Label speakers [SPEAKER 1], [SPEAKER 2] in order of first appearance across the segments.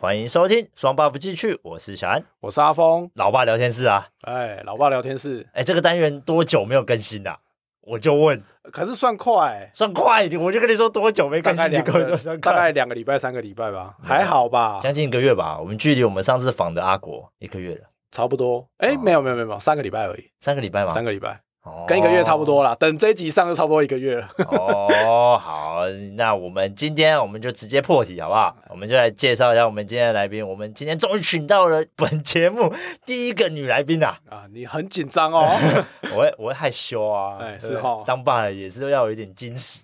[SPEAKER 1] 欢迎收听双 buff 继续，我是小安，
[SPEAKER 2] 我是阿峰。
[SPEAKER 1] 老爸聊天室啊。
[SPEAKER 2] 哎，老爸聊天室，
[SPEAKER 1] 哎，这个单元多久没有更新了、我就问，
[SPEAKER 2] 可是算 快，
[SPEAKER 1] 算快，我就跟你说多久没
[SPEAKER 2] 大
[SPEAKER 1] 更
[SPEAKER 2] 概
[SPEAKER 1] 新，你
[SPEAKER 2] 两
[SPEAKER 1] 跟我说
[SPEAKER 2] 个
[SPEAKER 1] 算
[SPEAKER 2] 大
[SPEAKER 1] 快，
[SPEAKER 2] 概两个礼拜、三个礼拜吧，还好吧，
[SPEAKER 1] 将近一个月吧。我们距离我们上次访的阿国一个月了，
[SPEAKER 2] 差不多。哎，没有没有没有没有，三个礼拜而已，
[SPEAKER 1] 三个礼拜嘛，
[SPEAKER 2] 三个礼拜
[SPEAKER 1] 哦
[SPEAKER 2] 跟一个月差不。多啦。等这一集上就差不多一个 月了。
[SPEAKER 1] 哦，好，那我们今天我们就直接破题好不好？
[SPEAKER 2] 嗯
[SPEAKER 1] 我们就来介绍一下我们今天的来宾。我们今天终于请到了本节目第一个女来宾啊！
[SPEAKER 2] 啊，你很紧张 哦。
[SPEAKER 1] 我会我会害羞啊，对
[SPEAKER 2] 哎
[SPEAKER 1] 不对
[SPEAKER 2] 是哦
[SPEAKER 1] 当爸了也是要有一点矜持。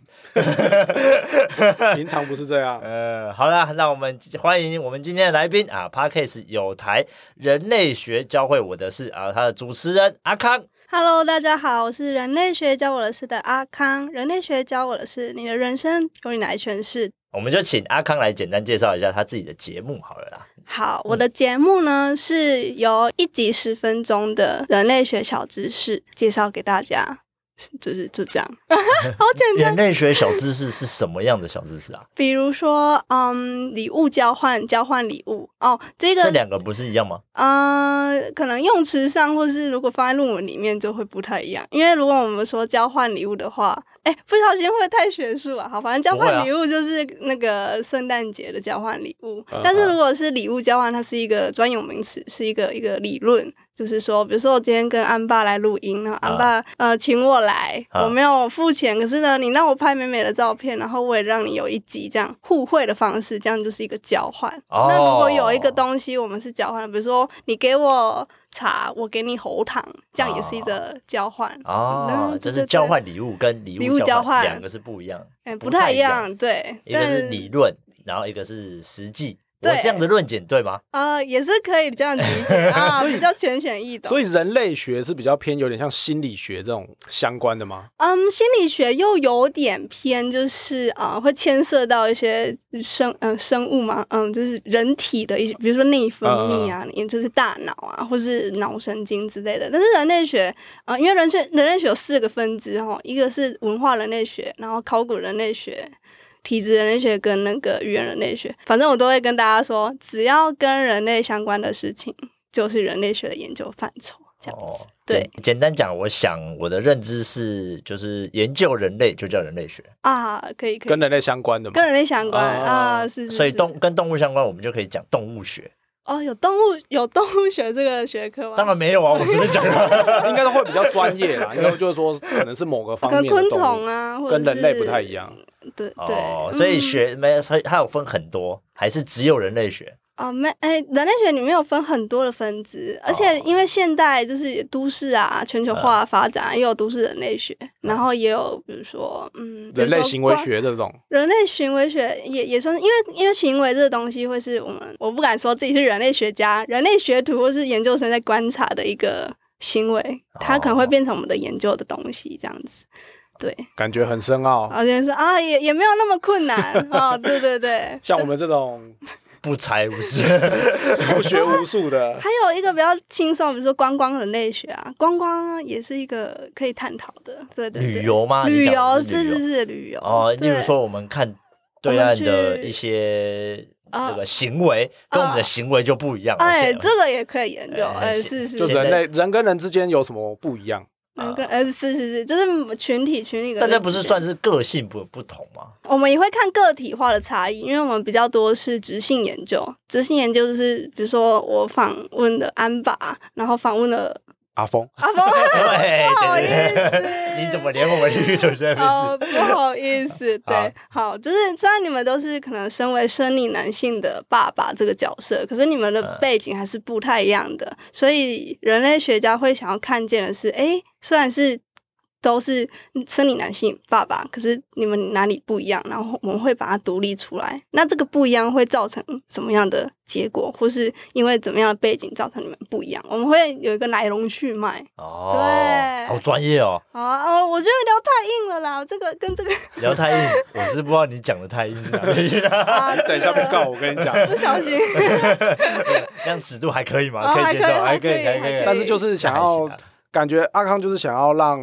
[SPEAKER 2] 平常不是这样。
[SPEAKER 1] 呃，好啦，那我们欢迎我们今天的来宾啊 p a r k e s 有台人类学教会我的事啊，他的主持人阿康。
[SPEAKER 3] Hello，大家好，我是人类学教我的事的阿康。人类学教我的是，你的人生由你来诠释。
[SPEAKER 1] 我们就请阿康来简单介绍一下他自己的节目好了啦。
[SPEAKER 3] 好，我的节目呢是由一集十分钟的人类学小知识介绍给大家，是就是就 这样，好简
[SPEAKER 1] 人。
[SPEAKER 3] 单
[SPEAKER 1] 类学小知识是什么样的小知识啊？
[SPEAKER 3] 比如说，嗯，礼物交换，交换礼物哦，这
[SPEAKER 1] 这
[SPEAKER 3] 个，
[SPEAKER 1] 两个不是一样吗？
[SPEAKER 3] 嗯，可能用词上，或是如果放在论文里面就会不太一样，因为如果我们说交换礼物的话，哎，不小心会太学术啊。好，反正交
[SPEAKER 1] 不会啊
[SPEAKER 3] 换礼物就是那个圣诞节的交换礼物，
[SPEAKER 2] 嗯
[SPEAKER 3] 但是如果是礼物交换，它是一个专有名词，是一个一个理论。就是说，比如说我今天跟安爸来录音，然后
[SPEAKER 1] 嗯
[SPEAKER 3] 安爸、呃请我来，
[SPEAKER 1] 啊
[SPEAKER 3] 我没有付钱，可是呢，你让我拍美美的照片，然后我也让你有一集这样互惠的方式，这样就是一个交换。
[SPEAKER 1] 哦
[SPEAKER 3] 那如果有一个东西我们是交换的，比如说你给我茶，我给你喉糖，这样也是一个交换。
[SPEAKER 1] 哦
[SPEAKER 3] 嗯，
[SPEAKER 1] 这
[SPEAKER 3] 对
[SPEAKER 1] 是
[SPEAKER 3] 对
[SPEAKER 1] 交
[SPEAKER 3] 对
[SPEAKER 1] 换礼物跟礼
[SPEAKER 3] 礼
[SPEAKER 1] 物
[SPEAKER 3] 物
[SPEAKER 1] 交
[SPEAKER 3] 交
[SPEAKER 1] 换，
[SPEAKER 3] 换
[SPEAKER 1] 两个是不一样，
[SPEAKER 3] 哎、
[SPEAKER 1] 不
[SPEAKER 3] 不
[SPEAKER 1] 太
[SPEAKER 3] 太
[SPEAKER 1] 一
[SPEAKER 3] 一
[SPEAKER 1] 样
[SPEAKER 3] 样，对，
[SPEAKER 1] 一个
[SPEAKER 3] 但
[SPEAKER 1] 是理论，然后一个是实际。我
[SPEAKER 3] 对
[SPEAKER 1] 这样的论点对吗？
[SPEAKER 3] 呃也是可以这样理解 啊，比较浅显易懂。
[SPEAKER 2] 所以人类学是比较偏有点像心理学这种相关的吗？
[SPEAKER 3] 嗯，心理学又有点偏，就是啊、呃会牵涉到一些生呃生物嘛，嗯，就是人体的一些，比如说内分泌啊，也就是大脑啊，或是脑神经之类的。但是人类学啊、呃因为人学人类学有四个分支哈，一个是文化人类学，然后考古人类学。体质人类学跟那个语言人类学，反正我都会跟大家说，只要跟人类相关的事情，就是人类学的研究范畴。这样
[SPEAKER 1] 哦
[SPEAKER 3] 子，，对
[SPEAKER 1] 简，简单讲，我想我的认知是，就是研究人类就叫人类学，
[SPEAKER 3] 啊，可以可以。
[SPEAKER 2] 跟人类相关的吗
[SPEAKER 3] 跟？人类相关
[SPEAKER 2] 哦
[SPEAKER 3] 啊、是是
[SPEAKER 1] 所以
[SPEAKER 3] 是
[SPEAKER 1] 动跟动物相关，我们就可以讲动物学。
[SPEAKER 3] 哦，有动物有动物学这个学科吗？
[SPEAKER 1] 当然没有啊，我随便讲的。
[SPEAKER 2] 应该都会比较专业 啦，因为就是说可能是某个
[SPEAKER 3] 哦，
[SPEAKER 2] 方
[SPEAKER 3] 跟
[SPEAKER 2] 面的
[SPEAKER 3] 昆
[SPEAKER 2] 动物
[SPEAKER 3] 虫，啊，或者
[SPEAKER 2] 跟人类不太
[SPEAKER 3] 是
[SPEAKER 2] 一。样。
[SPEAKER 3] 对 对、
[SPEAKER 1] 哦，所以
[SPEAKER 3] 嗯
[SPEAKER 1] 学没，所以它有分很多，还是只有人类学？
[SPEAKER 3] 啊，没哎，人类学里面有分很多的分支，而且
[SPEAKER 1] 哦
[SPEAKER 3] 因为现代就是都市啊、全
[SPEAKER 2] 嗯
[SPEAKER 3] 球化发展啊，也有都市人类学，然后也有比如说嗯，比如
[SPEAKER 2] 人类
[SPEAKER 3] 说
[SPEAKER 2] 行为
[SPEAKER 3] 光
[SPEAKER 2] 学这种，
[SPEAKER 3] 人类行为学也也算是，因为因为行为这个东西会是我们，我不敢说自己是人类学家、人类学徒或是研究生在观察的一个行为，
[SPEAKER 1] 哦
[SPEAKER 3] 它可能会变成我们的研究的东西这样子。对，
[SPEAKER 2] 感觉很深奥
[SPEAKER 3] 然。后就是啊，也也没有那么困 难哦，对对对。
[SPEAKER 2] 像我们这种
[SPEAKER 1] 不才不是，
[SPEAKER 2] 不学无术的，
[SPEAKER 3] 还有一个比较轻松，比如说观光人类学啊，观光啊也是一个可以探讨的，对对对。
[SPEAKER 1] 旅游吗？
[SPEAKER 3] 旅
[SPEAKER 1] 你讲
[SPEAKER 3] 游
[SPEAKER 1] 的
[SPEAKER 3] 是
[SPEAKER 1] 旅游
[SPEAKER 3] 是是旅游
[SPEAKER 1] 哦，例如
[SPEAKER 3] 对
[SPEAKER 1] 说我们看
[SPEAKER 3] 我
[SPEAKER 1] 对
[SPEAKER 3] 们
[SPEAKER 1] 岸的
[SPEAKER 3] 去
[SPEAKER 1] 一些
[SPEAKER 3] 啊
[SPEAKER 1] 这个行为，跟我们的
[SPEAKER 3] 啊
[SPEAKER 1] 行为就不一样了。
[SPEAKER 3] 哎，
[SPEAKER 1] 现
[SPEAKER 3] 这个也可以研究，
[SPEAKER 1] 哎
[SPEAKER 3] 哎，
[SPEAKER 1] 是
[SPEAKER 3] 是是
[SPEAKER 2] 就是
[SPEAKER 1] 现在
[SPEAKER 2] 人类人跟人之间有什么不一样？
[SPEAKER 3] 能跟呃是是是，就是群体群体跟
[SPEAKER 1] 大家啊
[SPEAKER 3] 人
[SPEAKER 1] 不
[SPEAKER 3] 之
[SPEAKER 1] 是
[SPEAKER 3] 间
[SPEAKER 1] 算是个性不不同吗？
[SPEAKER 3] 我们也会看个体化的差异，因为我们比较多是直性研究，直性研究就是比如说我访问了安爸，然后访问了
[SPEAKER 2] 阿峰，
[SPEAKER 3] 阿峰，
[SPEAKER 1] 对，
[SPEAKER 3] 不好意
[SPEAKER 1] 对对
[SPEAKER 3] 思
[SPEAKER 1] 你怎么连我们女主持人的名
[SPEAKER 3] 哦
[SPEAKER 1] 字？
[SPEAKER 3] 不好意思，
[SPEAKER 1] 好
[SPEAKER 3] 对，好，就是虽然你们都是可能身为生理男性的爸爸这个角色，可是你们的
[SPEAKER 1] 嗯
[SPEAKER 3] 背景还是不太一样的，所以人类学家会想要看见的是，诶，虽然是。都是生理男性爸爸，可是你们哪里不一样？然后我们会把它独立出来。那这个不一样会造成什么样的结果，或是因为怎么样的背景造成你们不一样？我们会有一个来龙去脉。
[SPEAKER 1] 哦，
[SPEAKER 3] 对
[SPEAKER 1] 好专业哦，
[SPEAKER 3] 好啊，哦，我觉得聊太硬了啦，这个跟这个
[SPEAKER 1] 聊太硬，我是不知道你讲的太硬是哪里，
[SPEAKER 3] 啊，
[SPEAKER 2] 等一下被告，我跟你 讲。
[SPEAKER 3] 不小心
[SPEAKER 1] 这样尺度还可以吗？
[SPEAKER 3] 哦
[SPEAKER 1] 可以接受，
[SPEAKER 3] 还
[SPEAKER 1] 可
[SPEAKER 3] 可以
[SPEAKER 1] 以，
[SPEAKER 3] 还可
[SPEAKER 1] 可以，
[SPEAKER 3] 以还可以
[SPEAKER 2] 但是就是想
[SPEAKER 1] 还行
[SPEAKER 2] 要
[SPEAKER 1] 啊
[SPEAKER 2] 感觉阿康就是想要让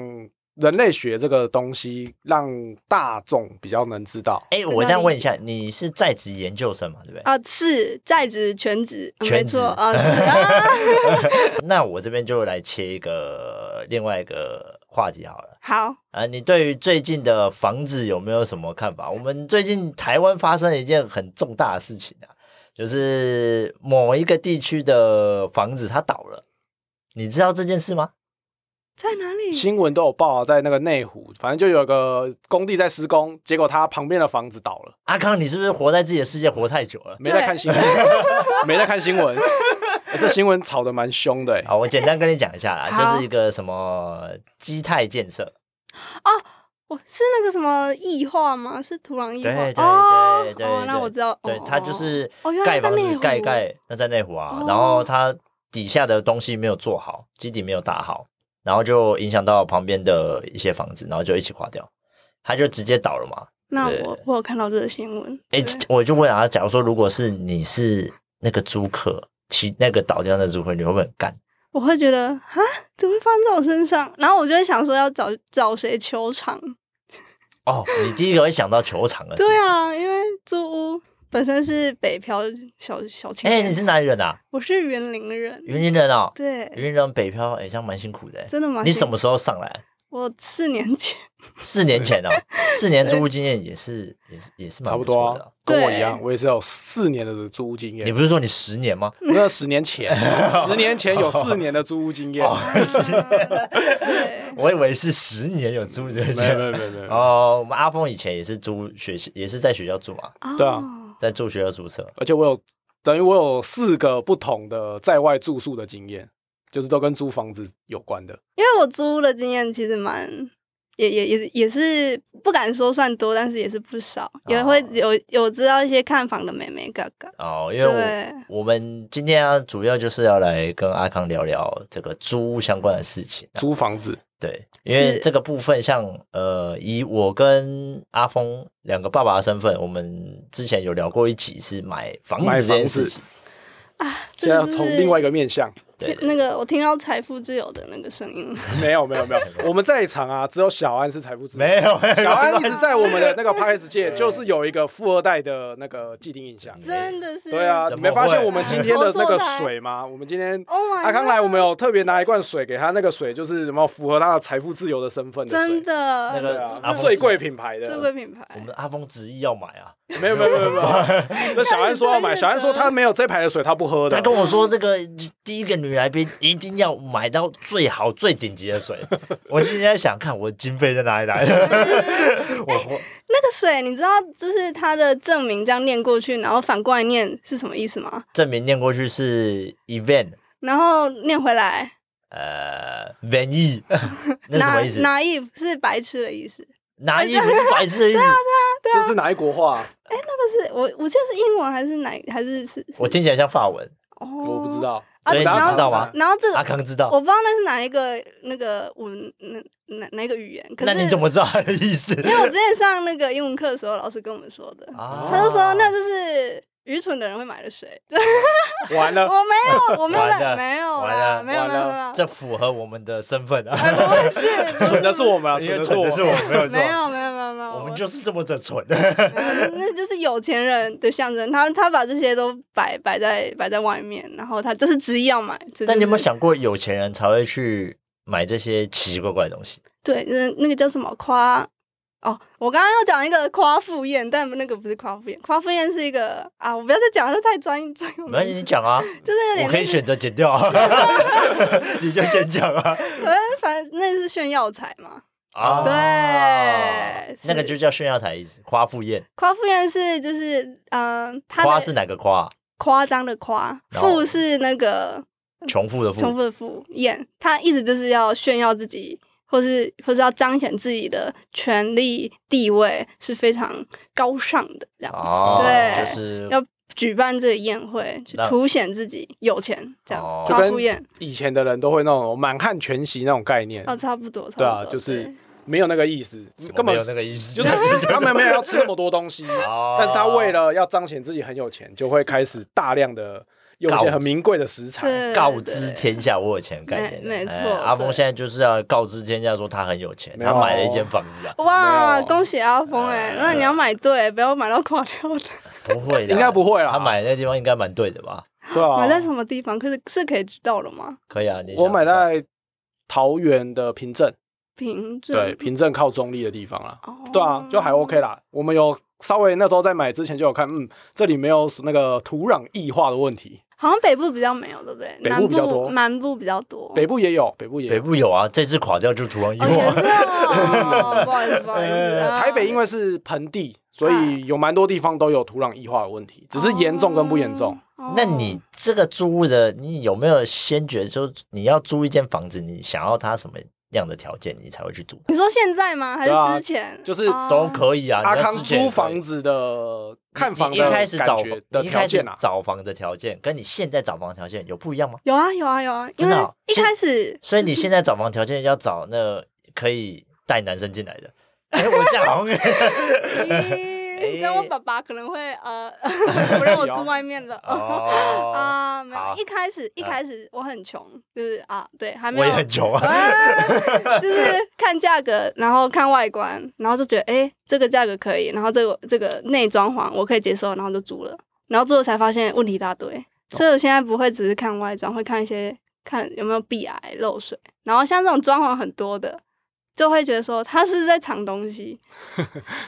[SPEAKER 2] 人类学这个东西让大众比较能知道。
[SPEAKER 1] 哎，我这样问一下，你是在职研究生嘛？对不对？
[SPEAKER 3] 啊，是在职全职，啊没
[SPEAKER 1] 全职
[SPEAKER 3] 错 啊，是啊，
[SPEAKER 1] 那我这边就来切一个另外一个话题好了。
[SPEAKER 3] 好，
[SPEAKER 1] 啊，你对于最近的房子有没有什么看法？我们最近台湾发生了一件很重大的事情啊，就是某一个地区的房子它倒了，你知道这件事吗？
[SPEAKER 3] 在哪里？
[SPEAKER 2] 新闻都有报啊，在那个内湖，反正就有个工地在施工，结果他旁边的房子倒了，
[SPEAKER 1] 阿康，你是不是活在自己的世界活太久了？
[SPEAKER 2] 没在看新闻， 没在看新闻。欸这新闻炒得蛮凶 的、欸，
[SPEAKER 1] 好，我简单跟你讲一下啦，
[SPEAKER 3] 好
[SPEAKER 1] 就是一个什么基泰建设，
[SPEAKER 3] 我是那个什么异化吗？是土壤异化？
[SPEAKER 1] 对对
[SPEAKER 3] 哦
[SPEAKER 1] 对对
[SPEAKER 3] 哦，那
[SPEAKER 1] 对
[SPEAKER 3] 我知道，
[SPEAKER 1] 对
[SPEAKER 3] 哦，
[SPEAKER 1] 它就是
[SPEAKER 3] 哦原来
[SPEAKER 1] 盖
[SPEAKER 3] 在
[SPEAKER 1] 房
[SPEAKER 3] 内
[SPEAKER 1] 子
[SPEAKER 3] 湖哦
[SPEAKER 1] 盖盖，那在内湖啊，然后它底下的东西没有做好，基底没有打好，然后就影响到旁边的一些房子，然后就一起垮掉，它就直接倒了嘛。
[SPEAKER 3] 那
[SPEAKER 1] 对
[SPEAKER 3] 我我有看到这个新闻，
[SPEAKER 1] 哎、
[SPEAKER 3] 对
[SPEAKER 1] 我就问啊，假如说如果是你是那个租客，其那个倒掉的租客，你会不会很干？
[SPEAKER 3] 我会觉得啊，怎么会发生在我身上？然后我就会想说要找找谁 求偿？
[SPEAKER 1] 哦，你第一个会想到球场了。是不
[SPEAKER 3] 对
[SPEAKER 1] 是，
[SPEAKER 3] 啊，因为租屋本身是北漂小小青
[SPEAKER 1] 哎、
[SPEAKER 3] 年，
[SPEAKER 1] 你是哪里人啊？
[SPEAKER 3] 我是园林人，
[SPEAKER 1] 云林人哦，
[SPEAKER 3] 对，
[SPEAKER 1] 云林人北漂，哎、这样蛮辛苦的、哎
[SPEAKER 3] 真的吗？
[SPEAKER 1] 你什么？时候上来？
[SPEAKER 3] 我四年 前，
[SPEAKER 1] 四年 前哦，四年租屋经验也是也是也是蛮
[SPEAKER 2] 差不
[SPEAKER 1] 错
[SPEAKER 2] 多、
[SPEAKER 1] 的
[SPEAKER 2] 啊。，跟我
[SPEAKER 3] 对
[SPEAKER 2] 一样，我也是有四年的租屋经
[SPEAKER 1] 你
[SPEAKER 2] 验。
[SPEAKER 1] 不是说你十年 吗？
[SPEAKER 2] 那十年前，十年前有四年的租屋经
[SPEAKER 1] 哦
[SPEAKER 2] 验，
[SPEAKER 3] 对，
[SPEAKER 1] 我以为是十年有租屋经
[SPEAKER 2] 没有没
[SPEAKER 1] 验。
[SPEAKER 2] 有没有没有，
[SPEAKER 1] 哦，我们阿峰以前也是租学校，也是在学校住嘛，
[SPEAKER 2] 对啊
[SPEAKER 3] 哦
[SPEAKER 1] 在住学校宿舍。
[SPEAKER 2] 而且我有等于我有四个不同的在外住宿的经验，就是都跟租房子有关的。
[SPEAKER 3] 因为我租屋的经验其实蛮，也也也是也是不敢说算多，但是也是不少，也会有有知道一些看房的妹妹哥哥。
[SPEAKER 1] 哦，因为我
[SPEAKER 3] 对，
[SPEAKER 1] 我们今天啊，主要就是要来跟阿康聊聊这个租屋相关的事情啊、
[SPEAKER 2] 租房子，
[SPEAKER 1] 对，因为
[SPEAKER 3] 是
[SPEAKER 1] 这个部分像，呃，以我跟阿峰两个爸爸的身份，我们之前有聊过一集是买房
[SPEAKER 2] 买
[SPEAKER 1] 子这件
[SPEAKER 2] 房
[SPEAKER 1] 事
[SPEAKER 2] 子
[SPEAKER 1] 情。
[SPEAKER 2] 现在从另外一个面向，
[SPEAKER 1] 对嗯对
[SPEAKER 3] 那个我听到财富自由的那个声音，
[SPEAKER 2] 没有没有没有，我们在场啊，只有小安是财富自由。
[SPEAKER 1] 没有，
[SPEAKER 2] 小安一直在我们的那个 p a 界，就是有一个富二代的那个既定印象。
[SPEAKER 3] 真的是
[SPEAKER 2] 对啊，
[SPEAKER 1] 怎
[SPEAKER 2] 你
[SPEAKER 1] 么
[SPEAKER 2] 没发现
[SPEAKER 1] 会
[SPEAKER 2] 我们今天的那
[SPEAKER 3] 合作
[SPEAKER 2] 个
[SPEAKER 3] 的啊
[SPEAKER 2] 水吗？我们今天
[SPEAKER 3] ，Oh my，
[SPEAKER 2] 阿啊康
[SPEAKER 3] God，
[SPEAKER 2] 来，我们有特别拿一罐水给他，那个水就是什么符合他的财富自由的身份的水
[SPEAKER 3] 真，的
[SPEAKER 1] 那
[SPEAKER 2] 对
[SPEAKER 1] 个
[SPEAKER 2] 啊
[SPEAKER 1] 阿峰
[SPEAKER 2] 最贵品牌的，
[SPEAKER 3] 最贵品牌
[SPEAKER 1] 我们阿峰执意要买啊，
[SPEAKER 2] 没有没有没有没 有，这小安说要买，小安说他没有这排的水他不喝的
[SPEAKER 3] 啊
[SPEAKER 1] 他，跟我说这个第一个女来宾一定要买到最好最顶级的 水。我今天在想，看我的经费在哪里来的。我
[SPEAKER 3] 那个水，你知道就是它的证明这样念过去，然后反过来念是什么意思吗？
[SPEAKER 1] 证明念过去是 event，
[SPEAKER 3] 然后念回来，
[SPEAKER 1] 呃，venue，那什
[SPEAKER 3] 拿
[SPEAKER 1] 么意思？
[SPEAKER 3] 拿 i 是白痴的意思，
[SPEAKER 1] 拿衣服是白痴的 意思。
[SPEAKER 3] 啊
[SPEAKER 2] 这是哪一国话？
[SPEAKER 3] 就是我我记得是英文还是哪还是是是
[SPEAKER 1] 我听起来像法文，
[SPEAKER 3] 哦，
[SPEAKER 2] 我不知。道，
[SPEAKER 1] 所以你
[SPEAKER 2] 然后
[SPEAKER 1] 知道吗？
[SPEAKER 3] 然后这个
[SPEAKER 1] 阿康知道
[SPEAKER 3] 我。不知道那是哪一个那个文哪哪哪一个语言，可
[SPEAKER 1] 那
[SPEAKER 3] 是
[SPEAKER 1] 你怎么知道他的意思？
[SPEAKER 3] 因为我之前上那个英文课的时候，老师跟我们说的，
[SPEAKER 1] 啊
[SPEAKER 3] 他就说那就是愚蠢的人会买的水。
[SPEAKER 2] 完
[SPEAKER 3] 我
[SPEAKER 2] 了，
[SPEAKER 3] 没有，我没有
[SPEAKER 1] 完了
[SPEAKER 3] 啦，没有
[SPEAKER 1] 完了
[SPEAKER 3] 啦，没有
[SPEAKER 2] 完
[SPEAKER 3] 没
[SPEAKER 2] 了
[SPEAKER 3] 有没有，
[SPEAKER 1] 这符合我们的身份 啊！
[SPEAKER 3] 不是不是
[SPEAKER 2] 蠢的是我们啊，
[SPEAKER 1] 因为
[SPEAKER 2] 的是
[SPEAKER 1] 蠢的是
[SPEAKER 2] 我
[SPEAKER 1] 我
[SPEAKER 2] 们。，
[SPEAKER 1] 没有错
[SPEAKER 3] 没，有没有没有没有，
[SPEAKER 1] 我们就是这么的蠢。
[SPEAKER 3] 那那就是有钱人的象征，他他把这些都摆摆在摆在外面，然后他就是执意要买。这
[SPEAKER 1] 但你有没有
[SPEAKER 3] 就是？
[SPEAKER 1] 想过，有钱人才会去买这些奇奇怪怪的东西？
[SPEAKER 3] 对，那那个叫什么夸？哦，我刚刚要讲一个夸父宴，但那个不是夸父宴，夸父宴是一个啊，我不要再讲了，这太专业专用
[SPEAKER 1] 没
[SPEAKER 3] 了
[SPEAKER 1] 关系，。你讲啊，
[SPEAKER 3] 就是有点
[SPEAKER 1] 我可以
[SPEAKER 3] 类似
[SPEAKER 1] 选择剪掉啊， 你就先讲 啊。
[SPEAKER 3] 反正反正那是炫耀财嘛。
[SPEAKER 1] 啊，
[SPEAKER 3] 对
[SPEAKER 1] 那个
[SPEAKER 3] 是
[SPEAKER 1] 就叫炫耀才意思，夸父宴，
[SPEAKER 3] 夸父宴是就是嗯，他
[SPEAKER 1] 夸
[SPEAKER 3] 的
[SPEAKER 1] 是哪个夸啊？
[SPEAKER 3] 夸张的夸，
[SPEAKER 1] 然后
[SPEAKER 3] 富是那个
[SPEAKER 1] 穷富的
[SPEAKER 3] 嗯重
[SPEAKER 1] 富，
[SPEAKER 3] 复的复宴，他一直就是要炫耀自己，或是或是要彰显自己的权力地位是非常高尚的这样子，
[SPEAKER 1] 哦，
[SPEAKER 3] 对，
[SPEAKER 1] 就是
[SPEAKER 3] 要举办这个宴会去
[SPEAKER 1] 那
[SPEAKER 3] 凸显自己有钱，这样
[SPEAKER 1] 哦
[SPEAKER 2] 就
[SPEAKER 3] 夸
[SPEAKER 2] 跟
[SPEAKER 3] 父宴
[SPEAKER 2] 以前的人都会那种满汉全席那种概念，
[SPEAKER 3] 哦，差不多，差不多
[SPEAKER 2] 对啊，就是没有那个意思，
[SPEAKER 1] 怎么
[SPEAKER 2] 根本
[SPEAKER 1] 没有那个意思，
[SPEAKER 2] 就是他们没有要吃那么多东西，
[SPEAKER 1] 哦
[SPEAKER 2] 但是他为了要彰显自己很有钱，就会开始大量的用一些很名贵的食材。
[SPEAKER 3] 对，
[SPEAKER 1] 告
[SPEAKER 3] 对
[SPEAKER 1] 知天下我有钱概念，
[SPEAKER 3] 没没错
[SPEAKER 1] 哎阿峰
[SPEAKER 3] 对
[SPEAKER 1] 现在就是要告知天下说他很有钱，
[SPEAKER 2] 没有
[SPEAKER 1] 他买了一间房子啊，
[SPEAKER 3] 哇，
[SPEAKER 2] 没有
[SPEAKER 3] 恭喜阿峰哎！那你要买对，不要买到垮掉的。
[SPEAKER 1] 不会的，啊
[SPEAKER 2] 应该不会啦啊
[SPEAKER 1] 他买那地方应该蛮对的吧？
[SPEAKER 2] 对啊
[SPEAKER 3] 买，在什么地方？可是是可以知道的吗？
[SPEAKER 1] 可以啊，你
[SPEAKER 2] 我买
[SPEAKER 1] 到
[SPEAKER 2] 在桃园的平镇，
[SPEAKER 3] 凭证
[SPEAKER 2] 对，平镇靠中立的地方啦。
[SPEAKER 3] 哦
[SPEAKER 2] 对啊，就还 OK 啦。我们有稍微那时候在买之前就有看，嗯，这里没有那个土壤异化的问题。
[SPEAKER 3] 好像北部比较没有，对不对？
[SPEAKER 2] 北
[SPEAKER 3] 南
[SPEAKER 2] 部比较多
[SPEAKER 3] 南部比较多。
[SPEAKER 2] 北部也有，北部也
[SPEAKER 1] 北
[SPEAKER 2] 有。
[SPEAKER 1] 部有啊，这次垮掉就土王一
[SPEAKER 3] 哦，也是
[SPEAKER 1] 化，
[SPEAKER 3] 哦，不好意思，不 好意思。啊
[SPEAKER 2] 哎台北因为是盆地，所以有蛮多地方都有土壤异化的问题，只是严重跟不严重。。
[SPEAKER 3] 哦
[SPEAKER 1] 那你这个租屋的，你有没有先觉得说你要租一间房子，你想要它什么样的条件，你才会去租它？
[SPEAKER 3] 你说现在吗？还
[SPEAKER 2] 对啊
[SPEAKER 3] 是之前？
[SPEAKER 2] 就是
[SPEAKER 3] 哦
[SPEAKER 1] 都可以啊，
[SPEAKER 2] 阿
[SPEAKER 1] 你要
[SPEAKER 2] 康
[SPEAKER 1] 之前也
[SPEAKER 2] 租
[SPEAKER 1] 可以
[SPEAKER 2] 房子的看房
[SPEAKER 1] 你
[SPEAKER 2] 的
[SPEAKER 1] 一开始找
[SPEAKER 2] 感
[SPEAKER 1] 房
[SPEAKER 2] 觉
[SPEAKER 1] 你
[SPEAKER 2] 的
[SPEAKER 1] 一
[SPEAKER 2] 条
[SPEAKER 1] 开始
[SPEAKER 2] 件啊，
[SPEAKER 1] 找房的条件跟你现在找房的条件有不一样吗？
[SPEAKER 3] 有啊有啊有啊，因
[SPEAKER 1] 真
[SPEAKER 3] 为
[SPEAKER 1] 的哦
[SPEAKER 3] 一开 始
[SPEAKER 1] 所以你现在找房条件要找那可以带男生进来 的。哎、我这样好像
[SPEAKER 3] 咦，你
[SPEAKER 1] 哎
[SPEAKER 3] 知道我爸爸可能会 呃不让我住外面的。
[SPEAKER 1] 哦，
[SPEAKER 3] 啊，没
[SPEAKER 1] 好
[SPEAKER 3] 有，一开始一
[SPEAKER 1] 啊
[SPEAKER 3] 开始我很穷，就是啊，对，还没
[SPEAKER 1] 我
[SPEAKER 3] 有
[SPEAKER 1] 也很穷啊。
[SPEAKER 3] 啊， 就是看价格，然后看外观，然后就觉得哎、诶这个价格可以，然后这个这个内装潢我可以接受，然后就租了，然后租了才发现问题一大堆，所以我现在不会只是看外装，会看一些看有没有壁癌漏水，然后像这种装潢很多的。就会觉得说他是在藏东西，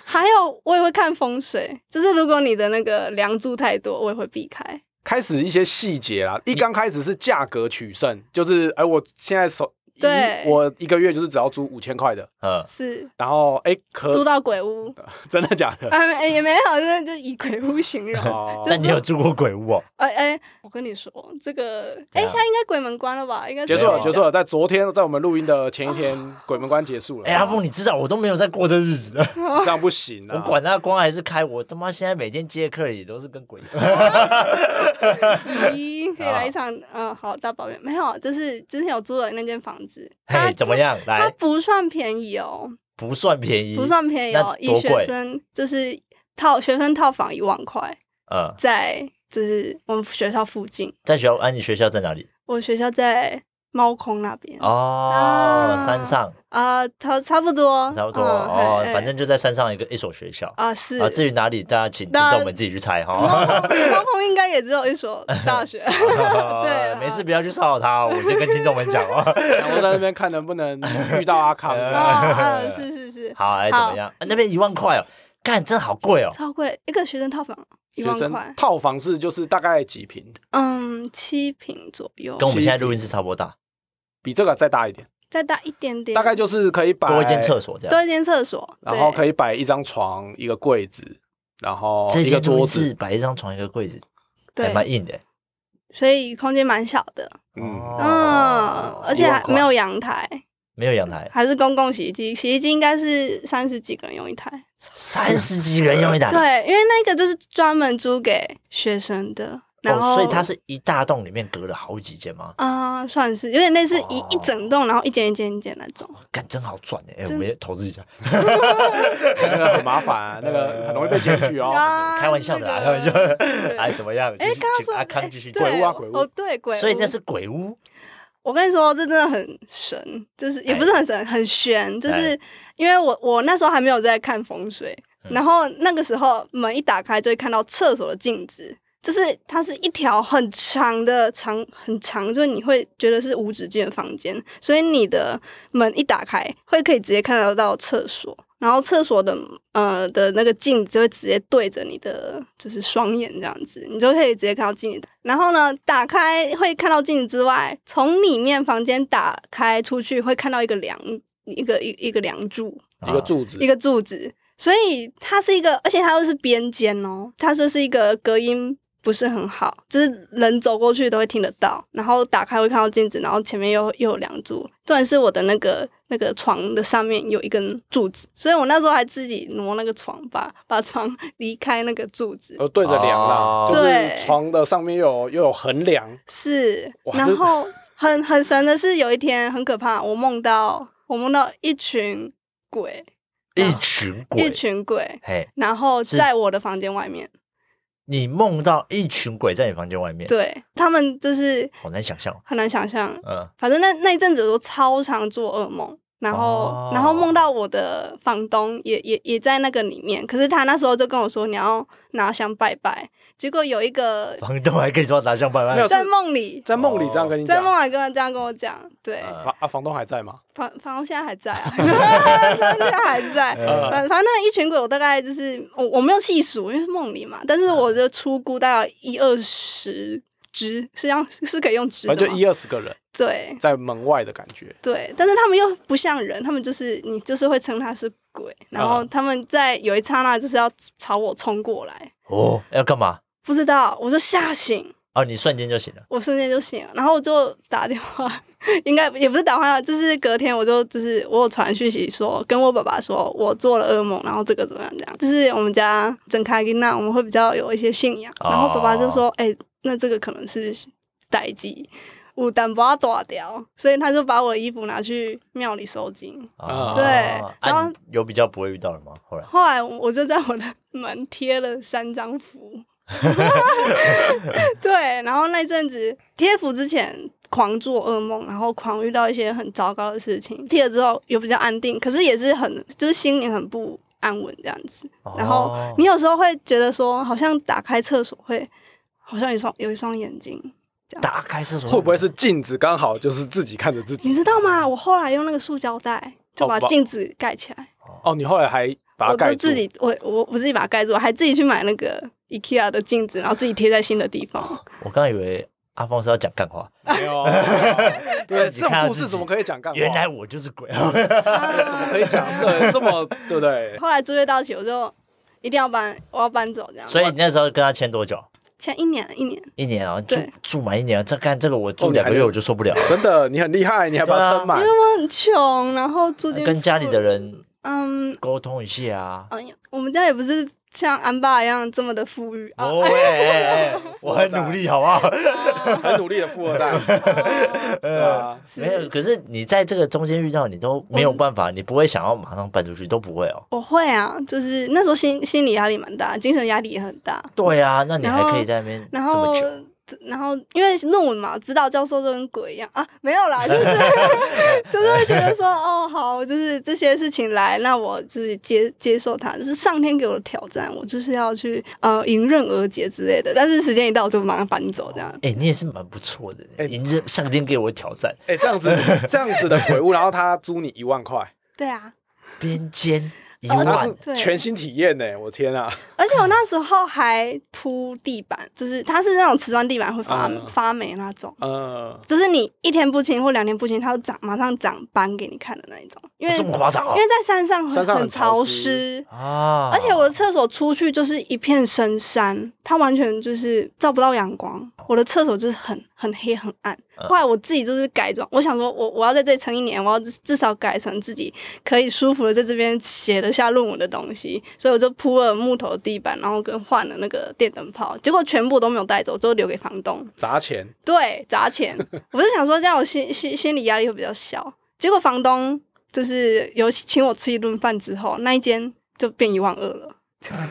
[SPEAKER 3] 还有我也会看风水，就是如果你的那个梁柱太多，我也会避开。
[SPEAKER 2] 开始一些细节啦。一刚开始是价格取胜，就是哎，我现在手一
[SPEAKER 3] 对
[SPEAKER 2] 我一个月就是只要租五千块的，
[SPEAKER 1] 嗯，
[SPEAKER 3] 是
[SPEAKER 2] 然后哎，可
[SPEAKER 3] 租到鬼屋，
[SPEAKER 2] 真的假 的？
[SPEAKER 3] 啊，没也没有，就是就以鬼屋形容。
[SPEAKER 2] 哦
[SPEAKER 3] 就
[SPEAKER 1] 但你有住过鬼屋哦？
[SPEAKER 3] 哎哎，我跟你说，这个
[SPEAKER 1] 怎
[SPEAKER 3] 哎，
[SPEAKER 1] 样
[SPEAKER 3] 现在应该鬼门关了吧？应该
[SPEAKER 2] 结 束了，
[SPEAKER 1] 对
[SPEAKER 2] 结束了，在昨天，在我们录音的前一天，
[SPEAKER 3] 啊
[SPEAKER 2] 鬼门关结束了。
[SPEAKER 1] 哎、阿峰，你知道我都没有在过这日子的，
[SPEAKER 2] 这样不行
[SPEAKER 1] 我
[SPEAKER 2] 啊！
[SPEAKER 1] 管他光还是开，我他妈现在每天接客也都是跟鬼一样。
[SPEAKER 3] 咦，可以
[SPEAKER 1] 啊
[SPEAKER 3] 来一场嗯，好大抱怨没有，就是之前有租的那间房子，它
[SPEAKER 1] 嘿，怎么？样？
[SPEAKER 3] 它
[SPEAKER 1] 来，
[SPEAKER 3] 不算便宜哦，
[SPEAKER 1] 不算便宜，
[SPEAKER 3] 不算便宜哦，
[SPEAKER 1] 那
[SPEAKER 3] 以
[SPEAKER 1] 多
[SPEAKER 3] 学
[SPEAKER 1] 贵
[SPEAKER 3] 生就是套学生套房一万块，
[SPEAKER 1] 嗯，
[SPEAKER 3] 在就是我们学校附近，
[SPEAKER 1] 在学校，啊，你学校在哪里？
[SPEAKER 3] 我学校在猫空那边
[SPEAKER 1] 哦，山上，
[SPEAKER 3] 啊，差差不多，
[SPEAKER 1] 差不多
[SPEAKER 3] 嗯嘿
[SPEAKER 1] 哦，
[SPEAKER 3] 嘿
[SPEAKER 1] 反正就在山上一个一所学校
[SPEAKER 3] 啊是
[SPEAKER 1] 啊。至于哪里，大家请听
[SPEAKER 3] 那
[SPEAKER 1] 众们自己去猜哈。
[SPEAKER 3] 猫空猫空应该也只有一所大学， 对，啊
[SPEAKER 1] 没事，不要去骚扰他，哦我先跟听众们讲哦。
[SPEAKER 2] 然后在那边看能不能遇到阿 康。
[SPEAKER 3] 啊。啊，嗯是是是，
[SPEAKER 1] 好，哎，怎么样？啊那边一万块哦，干，真的好贵哦。
[SPEAKER 3] 超贵，一个学生套房一
[SPEAKER 2] 学
[SPEAKER 3] 万
[SPEAKER 2] 生
[SPEAKER 3] 块，
[SPEAKER 2] 套房是就是大概几平，
[SPEAKER 3] 嗯，七平左右
[SPEAKER 1] 跟，我们现在录音室差不多大，
[SPEAKER 2] 比这个再大一点，
[SPEAKER 3] 再大一点点，
[SPEAKER 2] 大概就是可以摆
[SPEAKER 1] 多一间厕，所这样。
[SPEAKER 3] 多一间厕所，
[SPEAKER 2] 然后可
[SPEAKER 3] 以
[SPEAKER 2] 以摆一张床、一个柜子，然后
[SPEAKER 1] 这
[SPEAKER 2] 哦一个
[SPEAKER 1] 间录
[SPEAKER 2] 桌
[SPEAKER 1] 音室
[SPEAKER 2] 子。
[SPEAKER 1] 摆一张床，一个柜子，还
[SPEAKER 3] 对，
[SPEAKER 1] 蛮硬的。
[SPEAKER 3] 所以空间蛮小的，
[SPEAKER 2] 嗯，
[SPEAKER 1] 哦
[SPEAKER 3] 嗯，而且
[SPEAKER 2] 一
[SPEAKER 3] 还
[SPEAKER 2] 万块
[SPEAKER 3] 没有阳台，
[SPEAKER 1] 没有阳台，
[SPEAKER 3] 还是公共洗衣机，洗衣机应该是三十几个人用一台，
[SPEAKER 1] 三十几个人用一台。哦
[SPEAKER 3] 对，因为那个就是专门租给学生的，然后
[SPEAKER 1] 哦，所以它是一大栋里面隔了好几间吗？
[SPEAKER 3] 啊、算是有点类似一、
[SPEAKER 1] 哦
[SPEAKER 3] 一整栋，然后一间一间一间那种。
[SPEAKER 1] 干，真好赚哎！哎，
[SPEAKER 3] 真
[SPEAKER 1] 我们也投资一下。
[SPEAKER 2] 那个很麻烦，那个很容易被检 举哦。
[SPEAKER 1] 开玩笑的啊啦，开玩笑的。 哎，怎么样？哎
[SPEAKER 3] 啊哎，刚刚说
[SPEAKER 1] 阿康
[SPEAKER 3] 哎
[SPEAKER 1] 继续
[SPEAKER 3] 对
[SPEAKER 1] 讲
[SPEAKER 2] 鬼屋啊鬼屋
[SPEAKER 3] 哦，对鬼屋。
[SPEAKER 1] 所以那是鬼屋，
[SPEAKER 3] 我跟你说，这真的很神，就是也
[SPEAKER 1] 哎
[SPEAKER 3] 不是很神，很玄，就是因为我我那时候还没有在看风水，
[SPEAKER 1] 嗯
[SPEAKER 3] 然后那个时候门一打开就会看到厕所的镜子。就是它是一条很长的长很长，就是你会觉得是无止境的房间，所以你的门一打开会可以直接看得到厕所，然后厕所的呃的那个镜子会直接对着你的就是双眼这样子，你就可以直接看到镜子。然后呢，打开会看到镜子之外，从里面房间打开出去会看到一个梁，一个一一个梁柱，
[SPEAKER 2] 一
[SPEAKER 1] 啊
[SPEAKER 2] 个柱子
[SPEAKER 3] 一，个柱子，所以它是一个，而且它又是边间哦，它就是一个隔音不是很好，就是人走过去都会听得到，然后打开会看到镜子，然后前面又又有梁柱，重点是我的那个那个床的上面有一根柱子，所以我那时候还自己挪那个床把把床离开那个柱子，
[SPEAKER 2] 呃，对着梁啦
[SPEAKER 1] 哦，
[SPEAKER 2] 就是
[SPEAKER 3] 啊对
[SPEAKER 2] 床的上面又有又有横梁，
[SPEAKER 3] 是，
[SPEAKER 2] 哇
[SPEAKER 3] 然
[SPEAKER 2] 这
[SPEAKER 3] 后很很神的是，有一天很可怕，我梦到我梦到一群鬼，
[SPEAKER 1] 一群
[SPEAKER 3] 啊一
[SPEAKER 1] 鬼，
[SPEAKER 3] 群鬼，
[SPEAKER 1] 嘿，
[SPEAKER 3] 然后
[SPEAKER 1] 是
[SPEAKER 3] 在我的房间外面，
[SPEAKER 1] 你梦到一群鬼在你房间外面，
[SPEAKER 3] 对他们就是
[SPEAKER 1] 好难想象哦。
[SPEAKER 3] 很难想象。
[SPEAKER 1] 嗯，
[SPEAKER 3] 反正那那一阵子我都超常做噩梦，然后、
[SPEAKER 1] 哦
[SPEAKER 3] 然后梦到我的房东也也也在那个里面，可是他那时候就跟我说你要拿香拜拜，结果有一个
[SPEAKER 1] 房东还跟你说拿香拜
[SPEAKER 2] 没
[SPEAKER 1] 拜
[SPEAKER 2] 有，
[SPEAKER 3] 在梦里，
[SPEAKER 2] 在梦里这样跟你
[SPEAKER 3] 哦在
[SPEAKER 2] 讲，
[SPEAKER 3] 梦里跟他这样跟我讲，对，
[SPEAKER 1] 嗯
[SPEAKER 2] 啊啊，房东还在吗？
[SPEAKER 3] 房房东现在还在 啊，房东现在还在。
[SPEAKER 1] 嗯
[SPEAKER 3] 反反正那一群鬼，我大概就是我我没有细数，因为是梦里嘛，但是
[SPEAKER 2] 嗯
[SPEAKER 3] 我就粗估大概一二十只，是这样是可以用只的
[SPEAKER 2] 反
[SPEAKER 3] 吗
[SPEAKER 2] 正就一二十个人
[SPEAKER 3] 对
[SPEAKER 2] 在门外的感觉，
[SPEAKER 3] 对，但是他们又不像人，他们就是你就是会称他是鬼，然后他们在有一刹那就是要朝我冲过来，
[SPEAKER 1] 哦，要干嘛？
[SPEAKER 3] 不知道我就吓醒，
[SPEAKER 1] 哦，你瞬间就醒了，
[SPEAKER 3] 我瞬间就醒了，然后我就打电话，应该也不是打电话，就是隔天我就就是我有传讯息说跟我爸爸说我做了噩梦，然后这个怎么样这样，就是我们家整开跟那我们会比较有一些信仰，
[SPEAKER 1] 哦
[SPEAKER 3] 然后爸爸就说哎、那这个可能是代机。我胆不要打掉，所以他就把我的衣服拿去庙里收金。
[SPEAKER 1] 哦
[SPEAKER 3] 对
[SPEAKER 1] 啊
[SPEAKER 3] 然后
[SPEAKER 1] 你有比较不会遇到了吗？后来
[SPEAKER 3] 后来我就在我的门贴了三张符， 对，然后那阵子贴符之前狂做噩梦，然后狂遇到一些很糟糕的事情，贴了之后又比较安定，可是也是很就是心里很不安稳这样子。然后
[SPEAKER 1] 哦
[SPEAKER 3] 你有时候会觉得说，好像打开厕所会好像有一双有一双眼睛，
[SPEAKER 1] 打开厕所
[SPEAKER 2] 会不会是镜子刚好就是自己看着自
[SPEAKER 3] 你
[SPEAKER 2] 己？
[SPEAKER 3] 知道吗？我后来用那个塑胶袋就
[SPEAKER 2] 哦
[SPEAKER 3] 把
[SPEAKER 2] 把
[SPEAKER 3] 镜子盖起来。
[SPEAKER 2] 哦，你后来还把它
[SPEAKER 3] 我
[SPEAKER 2] 盖
[SPEAKER 3] 就
[SPEAKER 2] 住，
[SPEAKER 3] 自己，我我我自己把它盖住，我还自己去买那个 IKEA 的镜子，然后自己贴在新的地方。
[SPEAKER 1] 我刚以为阿峰是要讲干话，
[SPEAKER 2] 没有，没有对，
[SPEAKER 1] 自己
[SPEAKER 2] 这
[SPEAKER 1] 看
[SPEAKER 2] 种
[SPEAKER 1] 到
[SPEAKER 2] 故
[SPEAKER 1] 自
[SPEAKER 2] 事
[SPEAKER 1] 己
[SPEAKER 2] 怎么可以讲干话？
[SPEAKER 1] 原来我就是鬼。 啊
[SPEAKER 2] 怎么可以讲这这么对不对？
[SPEAKER 3] 后来租约到期，我就一定要搬，我要搬走这样。
[SPEAKER 1] 所以
[SPEAKER 3] 我
[SPEAKER 1] 你那时候跟他签多久？
[SPEAKER 3] 前一年一年，
[SPEAKER 1] 一年啊，住
[SPEAKER 3] 对
[SPEAKER 1] 住满一年，这干这个我
[SPEAKER 2] 哦
[SPEAKER 1] 住
[SPEAKER 2] 你
[SPEAKER 1] 两个
[SPEAKER 2] 还
[SPEAKER 1] 月
[SPEAKER 2] 能
[SPEAKER 1] 我就受不了了，
[SPEAKER 2] 真的，你很厉害，你还把它
[SPEAKER 1] 啊
[SPEAKER 2] 撑满
[SPEAKER 3] 因为。我很穷，然后租金
[SPEAKER 1] 跟家里的，人
[SPEAKER 3] 嗯
[SPEAKER 1] 沟通一下啊。
[SPEAKER 3] 嗯，我们家也不是像安爸一样这么的富裕啊。
[SPEAKER 1] 哦喂，哎哎我很努力，好不好？
[SPEAKER 2] 很努力的富二
[SPEAKER 3] 哦
[SPEAKER 2] 代，对啊，
[SPEAKER 1] 没有，可是你在这个中间遇到，你都没有办法，你不会想要马上搬出去，都不会哦。
[SPEAKER 3] 我会啊，就是那时候心心理压力蛮大，精神压力也很大。
[SPEAKER 1] 对啊，那你
[SPEAKER 3] 然
[SPEAKER 1] 还
[SPEAKER 3] 后
[SPEAKER 1] 可以在那边这
[SPEAKER 3] 然后
[SPEAKER 1] 么久，
[SPEAKER 3] 然后因为论文嘛，指导教授就跟鬼一样啊，没有 啦，就是就是会觉得说，哦，好，就是这些事情来，那我自己接接受它，就是上天给我的挑战，我就是要去呃迎刃而解之类的。但是时间一到，我就马上搬走这样。
[SPEAKER 1] 哎，你也是蛮不错的，
[SPEAKER 2] 哎
[SPEAKER 1] 迎着上天给我挑战，
[SPEAKER 2] 哎，这样子这样子的鬼屋，然后他租你一万块，
[SPEAKER 3] 对啊，
[SPEAKER 1] 边间一
[SPEAKER 3] 哦
[SPEAKER 2] 他
[SPEAKER 1] 万
[SPEAKER 2] 是全新体验呢，我天啊！
[SPEAKER 3] 而且我那时候还铺地板，就是它是那种瓷砖地板会发、
[SPEAKER 2] 嗯
[SPEAKER 3] 发霉那种。
[SPEAKER 2] 呃，
[SPEAKER 3] 就是你一天不清或两天不清，它会长马上长斑给你看的那一种，因为
[SPEAKER 1] 这么夸张哦
[SPEAKER 3] 因为在山上
[SPEAKER 2] 山上很
[SPEAKER 3] 很
[SPEAKER 2] 潮
[SPEAKER 3] 潮
[SPEAKER 2] 湿
[SPEAKER 3] 湿，
[SPEAKER 1] 啊！
[SPEAKER 3] 而且我的厕所出去就是一片深山，它完全就是照不到阳光。我的厕所就是很很黑很暗。后来我自己就是改装，我想说我我要在这里撑一年，我要至少改成自己可以舒服的在这边写得下论文的东西，所以我就铺了木头地板，然后跟换了那个电灯泡，结果全部都没有带走，都留给房东。
[SPEAKER 2] 砸钱，
[SPEAKER 3] 对，砸钱。我是想说，这样我心心心理压力会比较小。结果房东就是有请我吃一顿饭之后，那一间就变一万二了。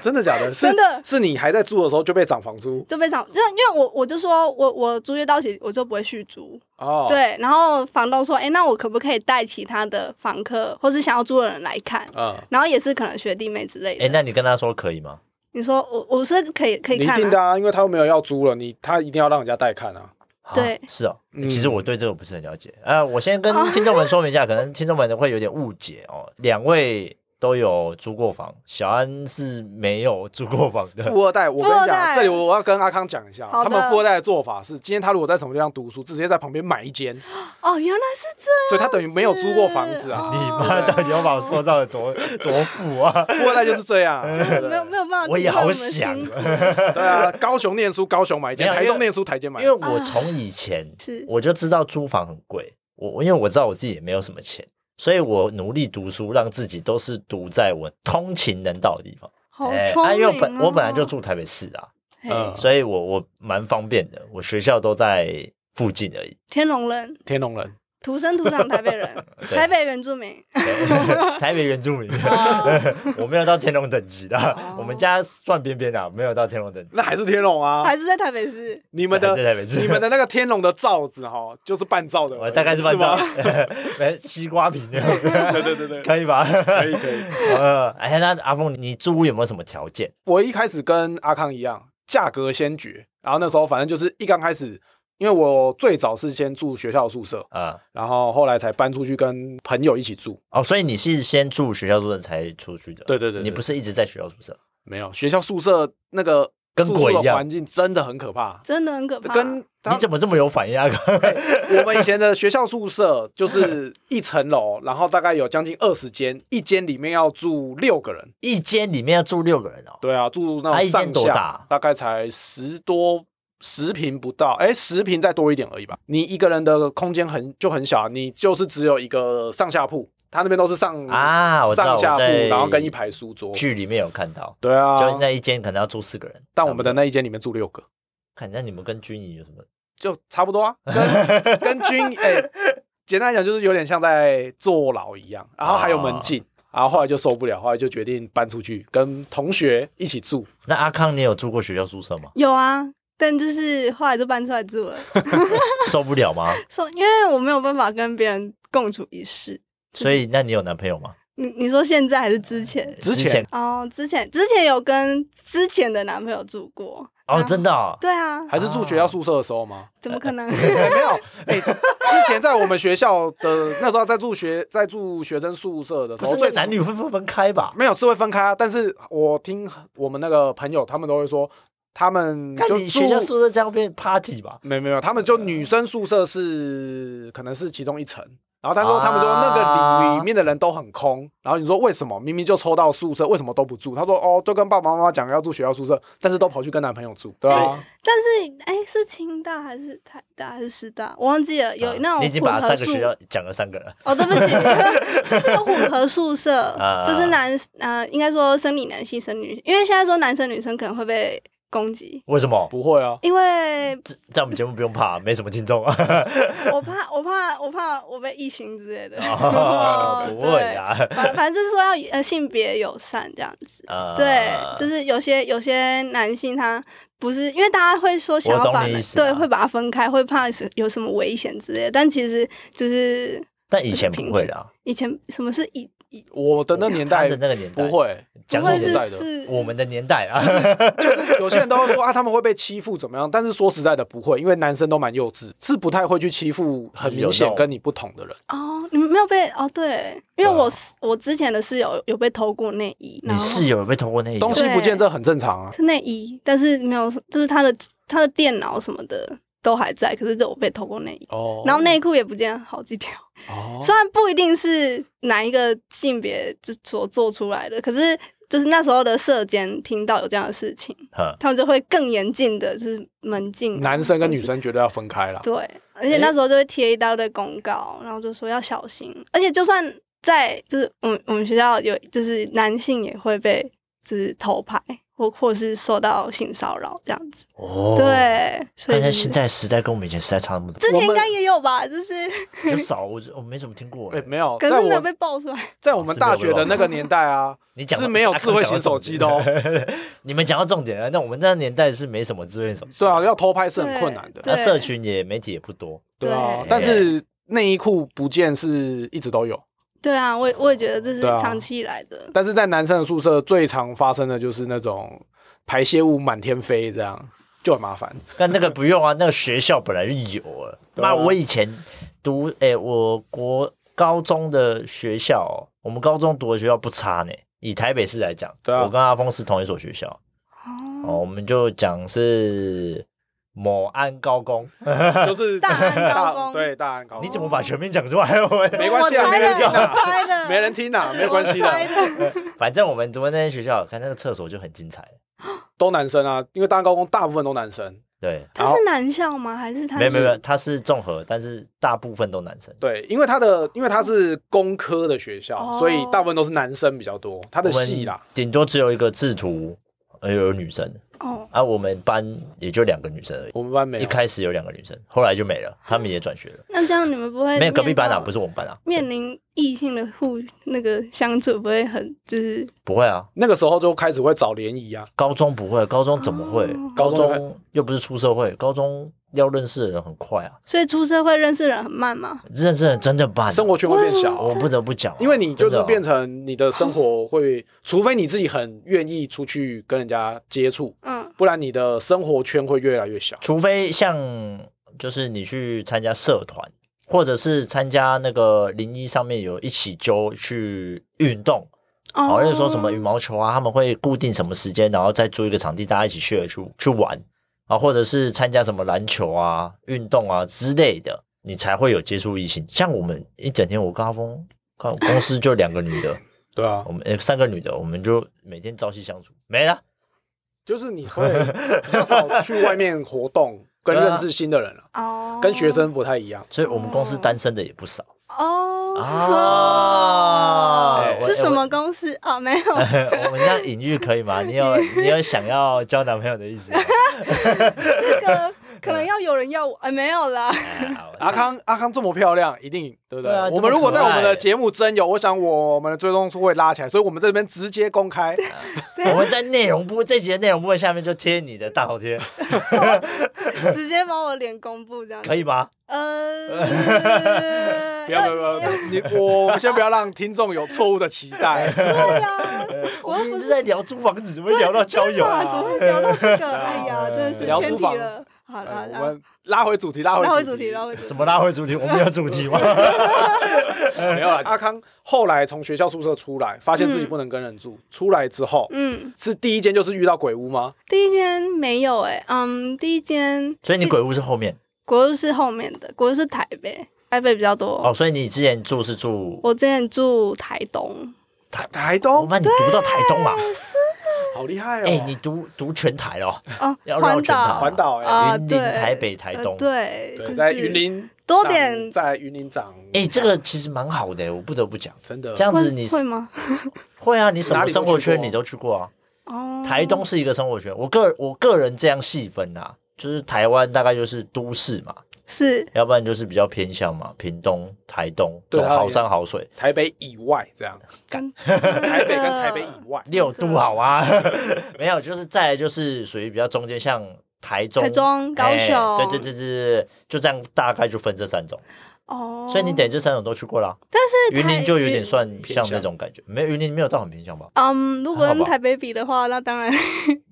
[SPEAKER 2] 真的假的？是
[SPEAKER 3] 真的
[SPEAKER 2] 是你还在住的时候就被涨房租
[SPEAKER 3] 就非常，就因为我我就说我我租约到期我就不会续租，
[SPEAKER 2] 哦？，
[SPEAKER 3] 对，然后房东说，哎、那我可不可以带其他的房客或是想要租的人来看？
[SPEAKER 2] 嗯，
[SPEAKER 3] 然后也是可能学弟妹之类的。
[SPEAKER 1] 哎，那你跟他说可以吗？
[SPEAKER 3] 你说我我是可以可以
[SPEAKER 2] 你一
[SPEAKER 3] 看、
[SPEAKER 2] 定
[SPEAKER 3] 啊，
[SPEAKER 2] 的啊，因为他又没有要租了，你他一定要让人家代看 啊。
[SPEAKER 1] 啊
[SPEAKER 3] 对
[SPEAKER 1] 是哦。
[SPEAKER 2] 嗯
[SPEAKER 1] 其实我对这个不是很了解。呃，我先跟听众们说明一 下，可能听众们会有点误解哦。两位都有租过房，小安是没有租过房的。
[SPEAKER 2] 富二代，我跟你
[SPEAKER 3] 富二
[SPEAKER 2] 讲，
[SPEAKER 3] 代
[SPEAKER 2] 这里我要跟阿康讲一下，
[SPEAKER 3] 好
[SPEAKER 2] 他
[SPEAKER 3] 的
[SPEAKER 2] 们富二代的做法是，今天他如果在什么地方读书，直接在旁边买一间，
[SPEAKER 3] 哦，原来是这
[SPEAKER 2] 所以他等于没有租过房子啊。
[SPEAKER 1] 你妈到底要把我塑造的多多富啊！
[SPEAKER 2] 富二代就是这样啊，对
[SPEAKER 3] 哦 样，没有没有办法，
[SPEAKER 1] 我也好想
[SPEAKER 3] 想，
[SPEAKER 2] 对啊，高雄念书，高雄买一间；
[SPEAKER 1] 没有因为
[SPEAKER 2] 台中念书，台中买
[SPEAKER 1] 因
[SPEAKER 2] 一
[SPEAKER 1] 为
[SPEAKER 2] 间。
[SPEAKER 3] 啊
[SPEAKER 1] 我从以前
[SPEAKER 3] 是
[SPEAKER 1] 我就知道租房很贵，我我因为我知道我自己也没有什么钱，所以我努力读书，让自己都是读在我通勤能到的地方。
[SPEAKER 3] 好
[SPEAKER 1] 哎
[SPEAKER 3] 聪明、
[SPEAKER 1] 啊
[SPEAKER 3] 哦
[SPEAKER 1] 因为我本我本来就，住台北市啊，
[SPEAKER 3] 嘿
[SPEAKER 2] 嗯
[SPEAKER 1] 所以我我蛮方便的，我学校都在附近而已。
[SPEAKER 3] 天龙人
[SPEAKER 2] 天龙人
[SPEAKER 3] 土生土长台北人，
[SPEAKER 1] 对
[SPEAKER 3] 台北原住民，
[SPEAKER 1] 台北原住民， 我没有到天龙等级的，我们家算边边的，没有到天龙等级。
[SPEAKER 2] 那还是天龙啊，
[SPEAKER 3] 还是在台北市。
[SPEAKER 2] 你们的
[SPEAKER 1] 在台北市
[SPEAKER 2] 你们的那个天龙的罩子哈，就是半罩的而
[SPEAKER 1] 我
[SPEAKER 2] 已，
[SPEAKER 1] 大概是半张
[SPEAKER 2] 吗？，
[SPEAKER 1] 没西瓜皮那样，
[SPEAKER 2] 对对对对，
[SPEAKER 1] 可以吧？
[SPEAKER 2] 可以可以。
[SPEAKER 1] 呃，哎，那阿峰，你租屋有没有什么条件？
[SPEAKER 2] 我一开始跟阿康一样，价格先决。然后那时候反正就是一刚开始，因为我最早是先住学校宿舍，
[SPEAKER 1] 啊、
[SPEAKER 2] 然后后来才搬出去跟朋友一起住。
[SPEAKER 1] 哦，所以你是先住学校宿舍才出去的？
[SPEAKER 2] 对对对对
[SPEAKER 1] 你不是一直在学校宿舍？
[SPEAKER 2] 没有学校宿舍那个
[SPEAKER 1] 跟
[SPEAKER 2] 住
[SPEAKER 1] 鬼
[SPEAKER 2] 宿
[SPEAKER 1] 一
[SPEAKER 2] 的
[SPEAKER 1] 样
[SPEAKER 2] 环境真的很可怕，
[SPEAKER 3] 真的很可怕。？
[SPEAKER 2] 跟
[SPEAKER 1] 你
[SPEAKER 2] 他
[SPEAKER 1] 怎么这么有反应啊？
[SPEAKER 2] 我们以前的学校宿舍就是一层楼，然后大概有将近二十间，一间里面要住六个人。
[SPEAKER 1] 一间里面要住六个人哦，
[SPEAKER 2] 对啊，住
[SPEAKER 1] 啊
[SPEAKER 2] 那
[SPEAKER 1] 一
[SPEAKER 2] 种
[SPEAKER 1] 间
[SPEAKER 2] 上
[SPEAKER 1] 多
[SPEAKER 2] 下，
[SPEAKER 1] 大
[SPEAKER 2] 大概才十多十平不到，哎，十平再多一点而已吧。你一个人的空间很就很小，你就是只有一个上下铺，他那边都是上
[SPEAKER 1] 啊我知道
[SPEAKER 2] 上下
[SPEAKER 1] 我
[SPEAKER 2] 铺，
[SPEAKER 1] 在
[SPEAKER 2] 然后跟一排书桌。
[SPEAKER 1] 剧里面有看到，
[SPEAKER 2] 对啊，
[SPEAKER 1] 就那一间可能要住四个人，
[SPEAKER 2] 但我们的那一间里面住六个，
[SPEAKER 1] 看那你们跟军营有什么？
[SPEAKER 2] 就差不 多啊，跟跟军哎，简单来讲就是有点像在坐牢一样，然后还有门禁。
[SPEAKER 1] 啊
[SPEAKER 2] 然后后来就受不了，后来就决定搬出去，跟同学一起住。
[SPEAKER 1] 那阿康，你有住过学校宿舍吗
[SPEAKER 3] 有啊，但就是后来就搬出来住了，
[SPEAKER 1] 受不了吗？
[SPEAKER 3] 说因为我没有办法跟别人共处一室。
[SPEAKER 1] 所以那你有男朋友吗？
[SPEAKER 3] 你你说现在还是之前？
[SPEAKER 2] 之前
[SPEAKER 3] 哦，之前之前有跟之前的男朋友住过。
[SPEAKER 1] 哦，真的哦，
[SPEAKER 3] 对啊，
[SPEAKER 2] 还是住学校宿舍的时候吗？
[SPEAKER 3] 怎么可 能？
[SPEAKER 1] 啊
[SPEAKER 2] 哎没有，哎、之前在我们学校的那时候在住学在住学生宿舍的时
[SPEAKER 1] 不
[SPEAKER 2] 候，
[SPEAKER 1] 是
[SPEAKER 2] 最
[SPEAKER 1] 那男女分分分开吧？
[SPEAKER 2] 没有是会分开啊。但是我听我们那个朋友他们都会说，他们
[SPEAKER 1] 那
[SPEAKER 2] 就
[SPEAKER 1] 你
[SPEAKER 2] 住
[SPEAKER 1] 学校宿舍这样变 party 吧？
[SPEAKER 2] 没有没有，他们就女生宿舍是可能是其中一层。然后他说，他们说那个
[SPEAKER 1] 啊
[SPEAKER 2] 里里面的人都很空。然后你说为什么？明明就抽到宿舍，为什么都不住？他说哦，都跟爸爸妈妈讲要住学校宿舍，但是都跑去跟男朋友住，对啊，
[SPEAKER 3] 但是哎、是清大还是台大还是师大？我忘记了，有
[SPEAKER 1] 啊
[SPEAKER 3] 那种
[SPEAKER 1] 你已经把
[SPEAKER 3] 混
[SPEAKER 1] 三
[SPEAKER 3] 合
[SPEAKER 1] 个
[SPEAKER 3] 宿
[SPEAKER 1] 学校讲了三个了，
[SPEAKER 3] 哦，对 不起，就是有混合宿舍
[SPEAKER 1] 啊，
[SPEAKER 3] 就是男呃，应该说生理男性、生理女，因为现在说男生女生可能会被攻击，
[SPEAKER 1] 为什么？
[SPEAKER 2] 不会啊，
[SPEAKER 3] 因为
[SPEAKER 1] 这在我们节目不用怕，没什么听众啊。
[SPEAKER 3] 我怕我怕我怕我被异形之类 的，
[SPEAKER 1] 哦不会啊
[SPEAKER 3] 对反反正就是说要呃性别友善这样子。
[SPEAKER 1] 啊
[SPEAKER 3] 对，就是有些有些男性他不是，因为大家会说想
[SPEAKER 1] 我
[SPEAKER 3] 要
[SPEAKER 1] 懂
[SPEAKER 3] 把
[SPEAKER 1] 你意
[SPEAKER 3] 男
[SPEAKER 1] 思啊
[SPEAKER 3] 对会把它分开，会怕是有什么危险之类的，但其实就是
[SPEAKER 1] 但以前不会的啊，
[SPEAKER 3] 以前什么是以以
[SPEAKER 2] 我的那年代
[SPEAKER 1] 他的那个年代
[SPEAKER 2] 不会，
[SPEAKER 1] 讲
[SPEAKER 3] 不会
[SPEAKER 1] 我
[SPEAKER 3] 是
[SPEAKER 1] 们
[SPEAKER 2] 实在的
[SPEAKER 3] 是
[SPEAKER 1] 我们的年代啊，
[SPEAKER 2] 就是有些人都会说啊，他们会被欺负怎么样？但是说实在的，不会，因为男生都蛮幼稚，是不太会去欺负很明显跟你不同的人。
[SPEAKER 3] 哦，你们没有被哦？对，因为
[SPEAKER 1] 对啊
[SPEAKER 3] 我室我之前的室友有被偷过内衣，然
[SPEAKER 1] 你
[SPEAKER 3] 后
[SPEAKER 1] 室友有被偷过那一
[SPEAKER 2] 东西不见这很正常啊。
[SPEAKER 3] 是内衣，但是没有，就是他的他的电脑什么的都还在，可是就我被偷过内衣，
[SPEAKER 2] 哦，
[SPEAKER 3] 然后内裤也不见好几条。
[SPEAKER 2] 哦，
[SPEAKER 3] 虽然不一定是哪一个性别就所做出来的，可是就是那时候的社监听到有这样的事情，
[SPEAKER 1] 嗯
[SPEAKER 3] 他们就会更严禁的，就是门禁啊
[SPEAKER 2] 男生跟女
[SPEAKER 3] 或者是
[SPEAKER 2] 生绝对要分开啦。
[SPEAKER 3] 对，而且那时候就会贴一大堆公告，然后就说要小心，而且就算在就是我们我们学校有就是男性也会被就是偷拍。或或是受到性骚扰这样子，
[SPEAKER 1] 哦，。
[SPEAKER 3] 对，所以
[SPEAKER 1] 但
[SPEAKER 3] 就是
[SPEAKER 1] 现在时代跟我们以前时代差那么多，
[SPEAKER 3] 之
[SPEAKER 2] 我
[SPEAKER 3] 前
[SPEAKER 2] 们
[SPEAKER 3] 应该也有 吧，就是
[SPEAKER 1] 比较少，我我没怎么听过
[SPEAKER 2] 哎、
[SPEAKER 1] 欸。
[SPEAKER 2] 没有，
[SPEAKER 3] 可
[SPEAKER 2] 在
[SPEAKER 3] 是没有
[SPEAKER 2] 我
[SPEAKER 3] 被爆出来，
[SPEAKER 2] 在我们大学的那个年代 啊，
[SPEAKER 1] 你讲
[SPEAKER 2] 是没有智慧型手机的哦。
[SPEAKER 1] 你们讲到重点了，那我们那个年代是没什么智慧型手机，
[SPEAKER 2] 对啊，要偷拍是很困难的。
[SPEAKER 1] 那
[SPEAKER 3] 对
[SPEAKER 1] 社群也媒体也不多，
[SPEAKER 2] 对啊
[SPEAKER 3] 对，
[SPEAKER 2] 但是内衣裤不见是一直都有，
[SPEAKER 3] 对啊，我也我也觉得这是
[SPEAKER 2] 对啊
[SPEAKER 3] 长期以来的，
[SPEAKER 2] 但是在男生的宿舍最常发生的就是那种排泄物满天飞，这样就很麻 烦。
[SPEAKER 1] 但那个不用啊，那个学校本来就有了。
[SPEAKER 2] 对啊
[SPEAKER 1] 那我以前读，哎、我国高中的学校哦、我们高中读的学校不差呢。以台北市来讲，
[SPEAKER 2] 对啊
[SPEAKER 1] 我跟阿峰是同一所学校，哦，
[SPEAKER 3] 哦，
[SPEAKER 1] 我们就讲是某安高工。
[SPEAKER 2] 就是
[SPEAKER 3] 大安高工
[SPEAKER 2] 对大安高工，
[SPEAKER 1] 你怎么把全名讲出来？ 我
[SPEAKER 2] 没关系啊
[SPEAKER 3] 我
[SPEAKER 2] 没
[SPEAKER 3] 猜
[SPEAKER 2] 人
[SPEAKER 3] 的，
[SPEAKER 2] 听啊
[SPEAKER 3] 我猜 的，
[SPEAKER 2] 没人听呐、没关系
[SPEAKER 3] 我猜
[SPEAKER 2] 的，
[SPEAKER 3] 的，
[SPEAKER 1] 反正我们读的那间学校，看那个厕所就很精彩。
[SPEAKER 2] 都男生啊，因为大高工大部分都男生，
[SPEAKER 1] 对，
[SPEAKER 3] 他是男校吗？还是他
[SPEAKER 1] 没有没
[SPEAKER 3] 是
[SPEAKER 1] 有没有，它是综合，但是大部分都男生。
[SPEAKER 2] 对，因为他的因为他是工科的学校，
[SPEAKER 3] 哦
[SPEAKER 2] 所以大部分都是男生比较多，他的
[SPEAKER 1] 我
[SPEAKER 2] 系
[SPEAKER 1] 们
[SPEAKER 2] 啦，
[SPEAKER 1] 顶多只有一个制图，呃，有女生，
[SPEAKER 3] 哦，
[SPEAKER 1] 啊，我们班也就两个女生而已。
[SPEAKER 2] 我们班没
[SPEAKER 1] 一
[SPEAKER 2] 有，
[SPEAKER 1] 开始有两个女生，后来就没了，她们也转学了。
[SPEAKER 3] 那这样你们不会
[SPEAKER 1] 没有隔壁班啊，
[SPEAKER 3] 呃面
[SPEAKER 1] 不是我们班啊，
[SPEAKER 3] 面临异性的互那个相处，不会很就是
[SPEAKER 1] 不会啊，
[SPEAKER 2] 那个时候就开始会找联谊啊，
[SPEAKER 1] 高中不会，高中怎么会？
[SPEAKER 3] 哦
[SPEAKER 1] 高
[SPEAKER 2] 高
[SPEAKER 1] 中又不是出社会，高中要认识的人很快啊，
[SPEAKER 3] 所以出社会认识人很慢嘛？
[SPEAKER 1] 认识的人真的慢啊、
[SPEAKER 2] 生活圈会变小
[SPEAKER 1] 我，不得不讲啊、
[SPEAKER 2] 因为你就是变
[SPEAKER 1] 成
[SPEAKER 2] 成你的生活会，除非你自己很愿意出去跟人家接触，
[SPEAKER 3] 嗯，
[SPEAKER 2] 不然你的生活圈会越来越小。
[SPEAKER 1] 除非像就是你去参加社团，或者是参加那个零一上面有一起揪去运动，好、
[SPEAKER 3] 哦
[SPEAKER 1] 例如说什么羽毛球啊，他们会固定什么时间，然后再租一个场地，大家一起去了去去玩啊，或者是参加什么篮球啊、运动啊之类的，你才会有接触异性。像我们一整天，我跟阿峰。公公司就两个女的，
[SPEAKER 2] 对啊
[SPEAKER 1] 我，们、呃三个女的，我们就每天朝夕相处，没了。
[SPEAKER 2] 就是你会 比较少去外面活动，跟认识新的人 了，
[SPEAKER 3] 哦，
[SPEAKER 2] 跟学生不太一样。
[SPEAKER 1] 所以我们公司单身的也不少
[SPEAKER 3] 哦
[SPEAKER 1] 啊
[SPEAKER 2] 哎
[SPEAKER 1] 我
[SPEAKER 3] 是什么公司？哦，没 有，
[SPEAKER 1] 我们这样隐喻可以 吗？你有你有想要交男朋友的意思吗？
[SPEAKER 3] 这个可能要有人要我，哎，没有啦。
[SPEAKER 1] 哎
[SPEAKER 3] 啊
[SPEAKER 2] 阿康，阿康这么漂亮，一定对不
[SPEAKER 1] 对
[SPEAKER 2] 对？
[SPEAKER 1] 啊
[SPEAKER 2] 我们如果在我们
[SPEAKER 1] 这么可爱
[SPEAKER 2] 的节目真有，我想我们的追踪数会拉起来，所以我们这边直接公开。
[SPEAKER 1] 我们在内容部这集的内容部分下面就贴你的大头贴，
[SPEAKER 3] 直接把我脸公布这样子。
[SPEAKER 1] 可以吗？
[SPEAKER 3] 呃，
[SPEAKER 2] 不要不要不要！你我们先不要让听众有错误的期待。
[SPEAKER 3] 对呀，
[SPEAKER 1] 我
[SPEAKER 3] 我
[SPEAKER 1] 们
[SPEAKER 3] 又
[SPEAKER 1] 一
[SPEAKER 3] 不
[SPEAKER 1] 直
[SPEAKER 3] 是
[SPEAKER 1] 在聊租房子，怎么会聊到交友？
[SPEAKER 3] 啊
[SPEAKER 1] 啊
[SPEAKER 3] 哇，怎么会聊到这个？哎呀，真 的是
[SPEAKER 2] 聊
[SPEAKER 3] 偏
[SPEAKER 2] 租
[SPEAKER 3] 题
[SPEAKER 2] 房
[SPEAKER 3] 了。好了，
[SPEAKER 2] 呃
[SPEAKER 1] 呃
[SPEAKER 2] 我们拉回主题，哎拉
[SPEAKER 3] 啊拉
[SPEAKER 2] 回
[SPEAKER 3] 回主题，拉回主题。
[SPEAKER 1] 什么拉回主题？我们有主题 吗？
[SPEAKER 2] 没有啦，阿康后来从学校宿舍出来，发现自己不能跟人住。出来之后，
[SPEAKER 3] 嗯，
[SPEAKER 2] 是第一间就是遇到鬼屋吗？
[SPEAKER 3] 第一间没有哎、嗯，第一间
[SPEAKER 1] 所以你鬼屋是后面
[SPEAKER 3] 国都是后面的，国都是台北，台北比较多。
[SPEAKER 1] 哦，所以你之前住是住，
[SPEAKER 3] 我之哦前住台东，
[SPEAKER 2] 台台
[SPEAKER 1] 我
[SPEAKER 2] 东，
[SPEAKER 1] 把你读到台东啊？
[SPEAKER 2] 好厉害哦！
[SPEAKER 1] 哎，你读读全台了哦，
[SPEAKER 3] 哦，
[SPEAKER 1] 要绕
[SPEAKER 3] 环
[SPEAKER 1] 全台
[SPEAKER 3] 岛
[SPEAKER 2] 环岛哎，
[SPEAKER 3] 啊，
[SPEAKER 1] 云林
[SPEAKER 3] 对
[SPEAKER 1] 台北台东
[SPEAKER 3] 呃对，就
[SPEAKER 2] 对，
[SPEAKER 3] 是
[SPEAKER 2] 在云林
[SPEAKER 3] 多
[SPEAKER 2] 长
[SPEAKER 3] 点
[SPEAKER 2] 在云林长。
[SPEAKER 1] 哎，这个其实蛮好的，我不得不讲。
[SPEAKER 2] 真的
[SPEAKER 1] 这样
[SPEAKER 3] 会
[SPEAKER 1] 子你
[SPEAKER 3] 会吗？
[SPEAKER 1] 会啊，你什
[SPEAKER 2] 哪
[SPEAKER 1] 么
[SPEAKER 2] 里都
[SPEAKER 1] 生活
[SPEAKER 2] 去过
[SPEAKER 1] 圈你都去过啊？
[SPEAKER 3] 哦，
[SPEAKER 1] 台东是一个生活圈，我个我个人这样细分啊，就是台湾大概就是都市嘛，
[SPEAKER 3] 是
[SPEAKER 1] 要不然就是比较偏向嘛，屏东、台东这
[SPEAKER 2] 对
[SPEAKER 1] 种
[SPEAKER 2] 它
[SPEAKER 1] 好山好水，
[SPEAKER 2] 台北以外这样，
[SPEAKER 3] 真台
[SPEAKER 2] 台北跟台北以外，
[SPEAKER 1] 六度好啊， 没有，就是再来就是属于比较中间，像台中、
[SPEAKER 3] 台中、高
[SPEAKER 1] 哎
[SPEAKER 3] 雄，
[SPEAKER 1] 对对对对对，就这样大概就分这三种，
[SPEAKER 3] 哦，
[SPEAKER 1] 所以你得这三种都去过啦。
[SPEAKER 3] 但是
[SPEAKER 1] 云
[SPEAKER 3] 台
[SPEAKER 1] 林就有点，算
[SPEAKER 2] 偏
[SPEAKER 1] 像
[SPEAKER 2] 向
[SPEAKER 1] 那种感觉，没有云林没有到很偏向吧？
[SPEAKER 3] 嗯，如果
[SPEAKER 1] 还好
[SPEAKER 3] 跟
[SPEAKER 1] 吧
[SPEAKER 3] 台北比的话，那当 然，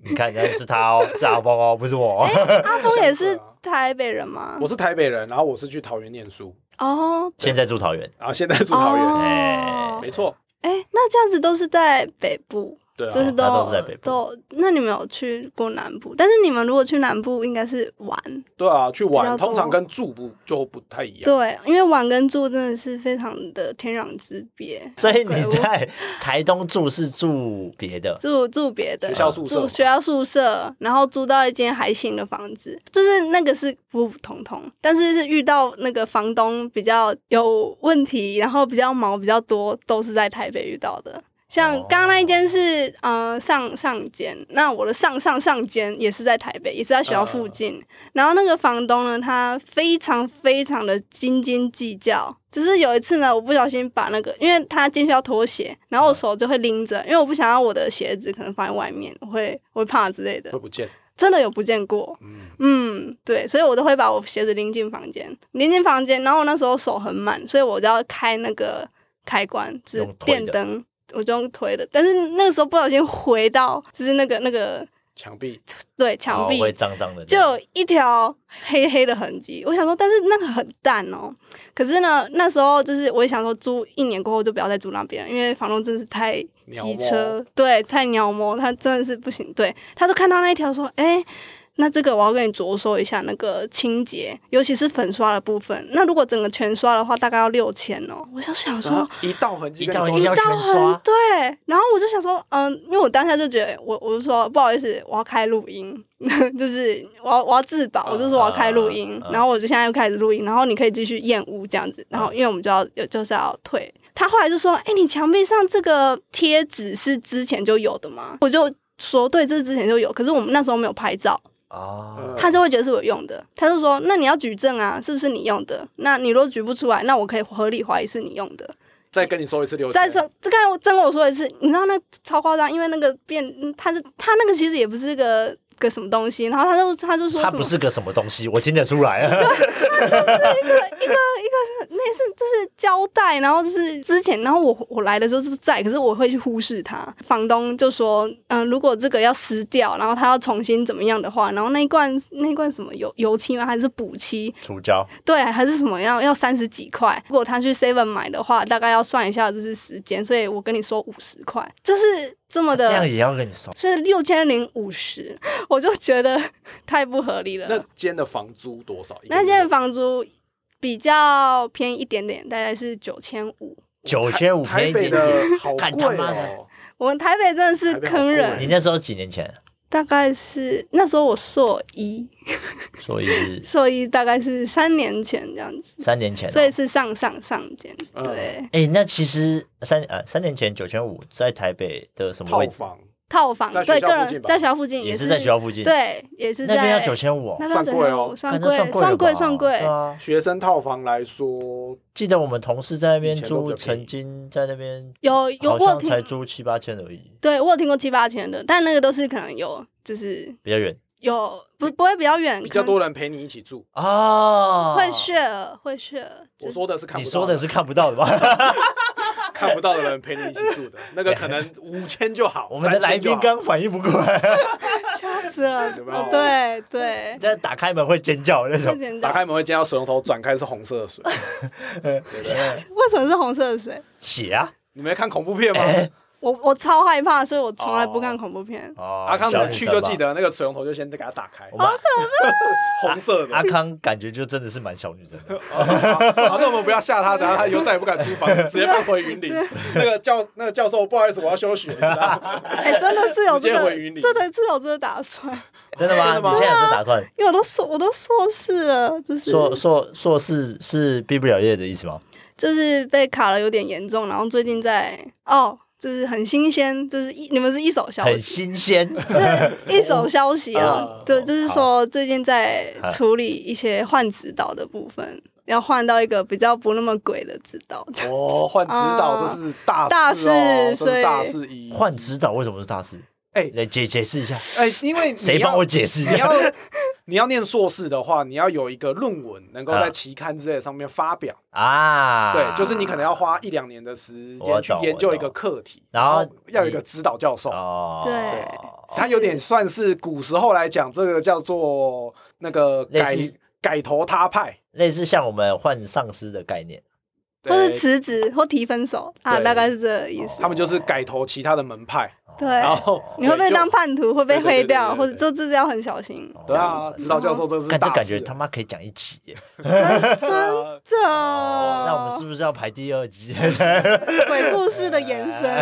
[SPEAKER 1] 你看，那是他 哦，是阿包哦，不是我哦。
[SPEAKER 3] 阿峰也
[SPEAKER 2] 是
[SPEAKER 3] 是
[SPEAKER 1] 啊
[SPEAKER 3] 台北人吗
[SPEAKER 2] 我？是台北人，然后我是去桃园念书，
[SPEAKER 3] 哦，
[SPEAKER 1] 现在住桃园，
[SPEAKER 2] 然后现在住桃园，
[SPEAKER 1] 哎
[SPEAKER 3] 哦
[SPEAKER 2] 没，错，
[SPEAKER 3] 哎，那这样子都是在北部，
[SPEAKER 2] 对啊，
[SPEAKER 3] 就是
[SPEAKER 1] 他都
[SPEAKER 3] 都
[SPEAKER 1] 是在北部
[SPEAKER 3] 都。那你们有去过南部？但是你们如果去南部，应该是玩，
[SPEAKER 2] 对啊，去
[SPEAKER 3] 比
[SPEAKER 2] 玩
[SPEAKER 3] 较多
[SPEAKER 2] 通常跟住不就不太一样，
[SPEAKER 3] 对，因为玩跟住真的是非常的天壤之别。
[SPEAKER 1] 所以你
[SPEAKER 3] 鬼屋
[SPEAKER 1] 在台东住是住别的，
[SPEAKER 3] 住住别的
[SPEAKER 2] 学校宿舍
[SPEAKER 3] 住学校宿舍，然后租到一间还行的房子，就是那个是普普通通，但是是遇到那个房东比较有问题，然后比较毛比较多，都是在台北遇到的。像
[SPEAKER 1] 哦
[SPEAKER 3] 刚刚那一间是、呃上上间，那我的上上上间也是在台北，也是在学校
[SPEAKER 1] 嗯
[SPEAKER 3] 附近。然后那个房东呢，他非常非常的斤斤计较。只是有一次呢，我不小心把那个，因为他进去要脱鞋，然后我手就会拎着，因为我不想要我的鞋子可能放在外面，我会我会怕之类的
[SPEAKER 1] 哦
[SPEAKER 2] 会。不见，
[SPEAKER 3] 真的有不见过，
[SPEAKER 2] 嗯，
[SPEAKER 3] 嗯，对，所以我都会把我鞋子拎进房间，拎进房间，然后我那时候手很满，所以我就要开那个开关，就是
[SPEAKER 1] 用推的
[SPEAKER 3] 电灯，我就用推的。但是那个时候不小心回到，就是那个那个
[SPEAKER 2] 墙壁
[SPEAKER 3] 对墙
[SPEAKER 1] 哦
[SPEAKER 3] 壁，
[SPEAKER 1] 会脏脏的这
[SPEAKER 3] 就
[SPEAKER 1] 样，
[SPEAKER 3] 有一条黑黑的痕迹。我想说，但是那个很淡哦。可是呢，那时候就是我也想说，租一年过后就不要再租那边了，因为房东真是太
[SPEAKER 2] 鸟
[SPEAKER 3] 机
[SPEAKER 2] 窝
[SPEAKER 3] 车，对，太鸟毛，他真的是不行。对，他就看到那一条说，哎、那这个我要跟你着手一下那个清洁，尤其是粉刷的部分。那如果整个全刷的话，大概要六千哦。我就想说
[SPEAKER 2] 啊，一道痕迹
[SPEAKER 1] 一
[SPEAKER 2] 跟你
[SPEAKER 1] 道
[SPEAKER 2] 说，
[SPEAKER 1] 痕迹要全
[SPEAKER 3] 道
[SPEAKER 1] 刷
[SPEAKER 3] 很对，然后我就想说，嗯，因为我当下就觉得，我我就说不好意思，我要开录音， 就是我要我要自保，我就说我要开录音，
[SPEAKER 1] 啊啊啊啊啊
[SPEAKER 3] 然后我就现在又开始录音，然后你可以继续验屋这样子，然后因为我们就要有就是要退，他后来就说，哎、你墙壁上这个贴纸是之前就有的吗？我就。说对，这之前就有，可是我们那时候没有拍照，
[SPEAKER 2] 呃
[SPEAKER 1] 哦，
[SPEAKER 3] 他就会觉得是我用的，他就说那你要举证啊，是不是你用
[SPEAKER 1] 嗯
[SPEAKER 3] 的？那你如果举不出来，那我可以合理怀疑是你用的。
[SPEAKER 2] 再跟你说一次六千，
[SPEAKER 3] 再说，这刚才我真跟我说一次，你知道那超夸张，因为那个变，嗯他是他那个其实也不是个个什么东西，然后他就他就说
[SPEAKER 1] 他
[SPEAKER 3] 什
[SPEAKER 1] 不
[SPEAKER 3] 么
[SPEAKER 1] 是个什么东西，我听得出来。
[SPEAKER 3] 那是就是胶带，然后就是之前，然后我我来的时候就是在，可是我会去忽视它。房东就说，嗯、如果这个要撕掉，然后他要重新怎么样的话，然后那一罐那一罐什么油油漆吗？还是补漆？
[SPEAKER 1] 除胶，
[SPEAKER 3] 对，还是什么样？要三十几块。如果他去 Seven 买的话，大概要算一下就是时间，所以我跟你说五十块，就是这么
[SPEAKER 1] 啊这样
[SPEAKER 3] 的。
[SPEAKER 1] 也要跟你说，
[SPEAKER 3] 是六千零五十，我就觉得太不合理了。
[SPEAKER 2] 那间的房租多少？
[SPEAKER 3] 那间房租比较便宜一点点，大概是九千五。
[SPEAKER 1] 九千五
[SPEAKER 2] 台
[SPEAKER 1] 便宜
[SPEAKER 2] 北
[SPEAKER 1] 点
[SPEAKER 2] 的
[SPEAKER 1] 点。
[SPEAKER 2] 好
[SPEAKER 1] 干
[SPEAKER 2] 贵
[SPEAKER 1] 他妈的
[SPEAKER 2] 哦，
[SPEAKER 3] 我们台北真的是
[SPEAKER 2] 台
[SPEAKER 3] 坑
[SPEAKER 2] 北好欸
[SPEAKER 1] 你
[SPEAKER 2] 贵
[SPEAKER 3] 人，
[SPEAKER 1] 那时候几年前？
[SPEAKER 3] 大概是那时候我硕一，
[SPEAKER 1] 所以是
[SPEAKER 3] 硕一大概是三年前这样子，
[SPEAKER 1] 三年前哦、
[SPEAKER 3] 所以是上上上间。
[SPEAKER 2] 嗯
[SPEAKER 3] 对，
[SPEAKER 1] 哎、那其实三呃三年前九千五在台北的什么
[SPEAKER 2] 套
[SPEAKER 1] 位置？
[SPEAKER 2] 房
[SPEAKER 3] 套房
[SPEAKER 2] 在学
[SPEAKER 3] 对
[SPEAKER 2] 校
[SPEAKER 3] 个
[SPEAKER 2] 附近
[SPEAKER 3] 人
[SPEAKER 2] 吧
[SPEAKER 3] 在学校附近
[SPEAKER 1] 也
[SPEAKER 3] 是
[SPEAKER 1] 是在学校附近，，
[SPEAKER 3] 对，也是
[SPEAKER 1] 那边要
[SPEAKER 3] 在
[SPEAKER 1] 九千五，
[SPEAKER 3] 那边要
[SPEAKER 2] 算贵哦
[SPEAKER 3] 9,500
[SPEAKER 1] 啊
[SPEAKER 3] 算
[SPEAKER 1] 那
[SPEAKER 3] 贵，
[SPEAKER 1] 算贵
[SPEAKER 3] 算贵，
[SPEAKER 1] 了吧对
[SPEAKER 3] 算贵。
[SPEAKER 1] 啊，
[SPEAKER 2] 学生套房来说，
[SPEAKER 1] 记得我们同事在那边
[SPEAKER 2] 以前都比
[SPEAKER 1] 租，
[SPEAKER 2] 较便宜
[SPEAKER 1] 曾经在那边
[SPEAKER 3] 有有
[SPEAKER 1] 好
[SPEAKER 3] 我有
[SPEAKER 1] 像才
[SPEAKER 3] 听，
[SPEAKER 1] 租七八千而已，
[SPEAKER 3] 对我有听过七八千的，但那个都是可能有，就是
[SPEAKER 1] 比较远
[SPEAKER 3] 有不不会比较远，
[SPEAKER 2] 比较
[SPEAKER 3] 可能
[SPEAKER 2] 多人陪你一起住。
[SPEAKER 1] 哦。
[SPEAKER 3] 会 share 会 share。
[SPEAKER 2] 我说的是看
[SPEAKER 1] 你
[SPEAKER 2] 不到，
[SPEAKER 1] 说的是看不到的吧？
[SPEAKER 2] 看不到的人陪你一起住的，那个可能五千就 好。
[SPEAKER 1] 我们的来宾
[SPEAKER 2] 3000就好
[SPEAKER 1] 刚反应不过 来，
[SPEAKER 3] 吓死了哦
[SPEAKER 2] 有没有！
[SPEAKER 3] 对 对，
[SPEAKER 1] 在打开门会尖叫那
[SPEAKER 3] 最
[SPEAKER 1] 种。
[SPEAKER 3] 简
[SPEAKER 2] 打
[SPEAKER 3] 单。
[SPEAKER 2] 开门会见到水龙头转开是红色 的水，对不对
[SPEAKER 3] 为什么是红色的水？
[SPEAKER 1] 血啊！
[SPEAKER 2] 你没看恐怖片吗？
[SPEAKER 1] 哎
[SPEAKER 3] 我我超害怕，所以我从来不看恐怖片。
[SPEAKER 1] 哦
[SPEAKER 2] 阿康
[SPEAKER 1] 小
[SPEAKER 2] 怎么
[SPEAKER 1] 女
[SPEAKER 2] 去
[SPEAKER 1] 生
[SPEAKER 2] 就
[SPEAKER 1] 吧
[SPEAKER 2] 记得那个水龙头就先给它打开，
[SPEAKER 1] 我们
[SPEAKER 2] 红色的。
[SPEAKER 1] 阿康感觉就真的是蛮小女生的，
[SPEAKER 2] 好，好好那我们不要吓他，等下他以后再也不敢租房子，直接搬回云林。那个教那个教授，不好意思，我要休学。
[SPEAKER 3] 哎、真的是有这
[SPEAKER 2] 直接
[SPEAKER 3] 个，
[SPEAKER 2] 回云林
[SPEAKER 3] 真的是有这个打算，
[SPEAKER 1] 真的吗？
[SPEAKER 2] 真的吗
[SPEAKER 1] 你现在有这打 算？
[SPEAKER 3] 因为我都硕我都硕士了，就是
[SPEAKER 1] 硕硕硕士是毕不了业的意思吗？
[SPEAKER 3] 就是被卡了有点严重，然后最近在哦，就是很新鲜，就是一你们是一手消
[SPEAKER 1] 很
[SPEAKER 3] 息，
[SPEAKER 1] 新 鲜，
[SPEAKER 3] 这一手消息啊
[SPEAKER 2] 哦，
[SPEAKER 3] 对，就是说最近在
[SPEAKER 1] 好
[SPEAKER 3] 处理一些换指导的部分，
[SPEAKER 2] 哎
[SPEAKER 3] 要换到一个比较不那么鬼的指导，这样
[SPEAKER 2] 哦，换指导这是大
[SPEAKER 3] 大
[SPEAKER 2] 事哦，这
[SPEAKER 3] 事所
[SPEAKER 2] 是
[SPEAKER 3] 以
[SPEAKER 2] 大事一。
[SPEAKER 1] 换指导为什么是大四？
[SPEAKER 2] 哎
[SPEAKER 1] 来解解释一下，
[SPEAKER 2] 哎，因为你
[SPEAKER 1] 谁
[SPEAKER 2] 要
[SPEAKER 1] 帮我解释一
[SPEAKER 2] 你
[SPEAKER 1] 下？
[SPEAKER 2] 要 你要念硕士的话，你要有一个论文能够
[SPEAKER 1] 啊
[SPEAKER 2] 在期刊之类的上面发表。
[SPEAKER 1] 啊，
[SPEAKER 2] 对，就是你可能要花一两年的时
[SPEAKER 1] 我
[SPEAKER 2] 间去
[SPEAKER 1] 懂
[SPEAKER 2] 研究一个
[SPEAKER 1] 我懂
[SPEAKER 2] 课题，
[SPEAKER 1] 然后
[SPEAKER 2] 要有一
[SPEAKER 1] 你
[SPEAKER 2] 个指导教授。
[SPEAKER 1] 哦，
[SPEAKER 3] 对
[SPEAKER 2] 它有点算是古时候来讲，这个叫做那个
[SPEAKER 1] 类
[SPEAKER 2] 改
[SPEAKER 1] 似
[SPEAKER 2] 改头他派，
[SPEAKER 1] 类似像我们换上司的概念，
[SPEAKER 2] 对
[SPEAKER 3] 或是辞职或提分手啊，
[SPEAKER 2] 对哦
[SPEAKER 3] 大概是这个意思。
[SPEAKER 2] 他们就是改头其他的门派，
[SPEAKER 3] 对
[SPEAKER 2] 然后
[SPEAKER 3] 你会被当
[SPEAKER 2] 派？
[SPEAKER 3] 叛徒，会被黑
[SPEAKER 2] 对对对
[SPEAKER 3] 掉，
[SPEAKER 2] 对对
[SPEAKER 3] 或者就这要很 小心。
[SPEAKER 2] 对啊，指导教授这是
[SPEAKER 1] 看这
[SPEAKER 2] 大
[SPEAKER 1] 感
[SPEAKER 2] 事
[SPEAKER 1] 觉他妈可以讲一集耶，
[SPEAKER 3] 真这
[SPEAKER 2] 哦
[SPEAKER 1] 那我们是不是要排第二集？
[SPEAKER 3] 鬼故事的延伸，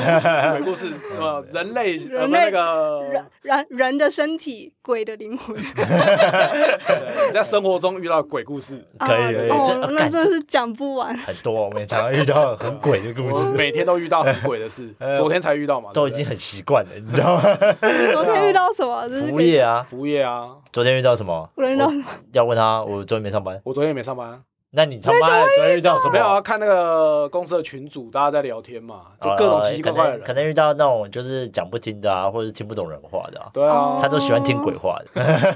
[SPEAKER 2] 鬼故 事，呃，人类呃
[SPEAKER 3] 人类
[SPEAKER 2] 那个
[SPEAKER 3] 人人人的身体，鬼的 灵魂。
[SPEAKER 2] 对你在生活中遇到鬼故 事，
[SPEAKER 1] 可以可以
[SPEAKER 3] 哦
[SPEAKER 1] 这
[SPEAKER 3] 哦，那
[SPEAKER 1] 干
[SPEAKER 3] 真是讲不完。
[SPEAKER 1] 很多，我们也常常遇到很鬼的故
[SPEAKER 2] 我
[SPEAKER 1] 事，
[SPEAKER 2] 每天都遇到很鬼的事
[SPEAKER 1] 呃，
[SPEAKER 2] 昨天才遇到嘛，
[SPEAKER 1] 都
[SPEAKER 2] 对
[SPEAKER 1] 已
[SPEAKER 2] 不
[SPEAKER 1] 经
[SPEAKER 2] 对
[SPEAKER 1] 很习惯了，你知道吗？
[SPEAKER 3] 昨天遇到什么？这是
[SPEAKER 1] 服
[SPEAKER 3] 可
[SPEAKER 1] 务
[SPEAKER 3] 以
[SPEAKER 1] 业啊，
[SPEAKER 2] 啊服务业哦啊，
[SPEAKER 1] 昨天遇到什么？
[SPEAKER 3] 我遇到什
[SPEAKER 1] 要问他，我昨天没上班。
[SPEAKER 2] 我昨天也没上班，啊
[SPEAKER 1] 那你他妈的昨天遇到什么？
[SPEAKER 2] 没有啊，看那个公司的群组，大家在聊天嘛，就各种奇奇怪怪的
[SPEAKER 1] 啊哦可能可
[SPEAKER 2] 人，
[SPEAKER 1] 能遇到那种就是讲不听的啊，或者是听不懂人话的啊，
[SPEAKER 2] 对啊
[SPEAKER 1] 他，都喜欢听鬼话的，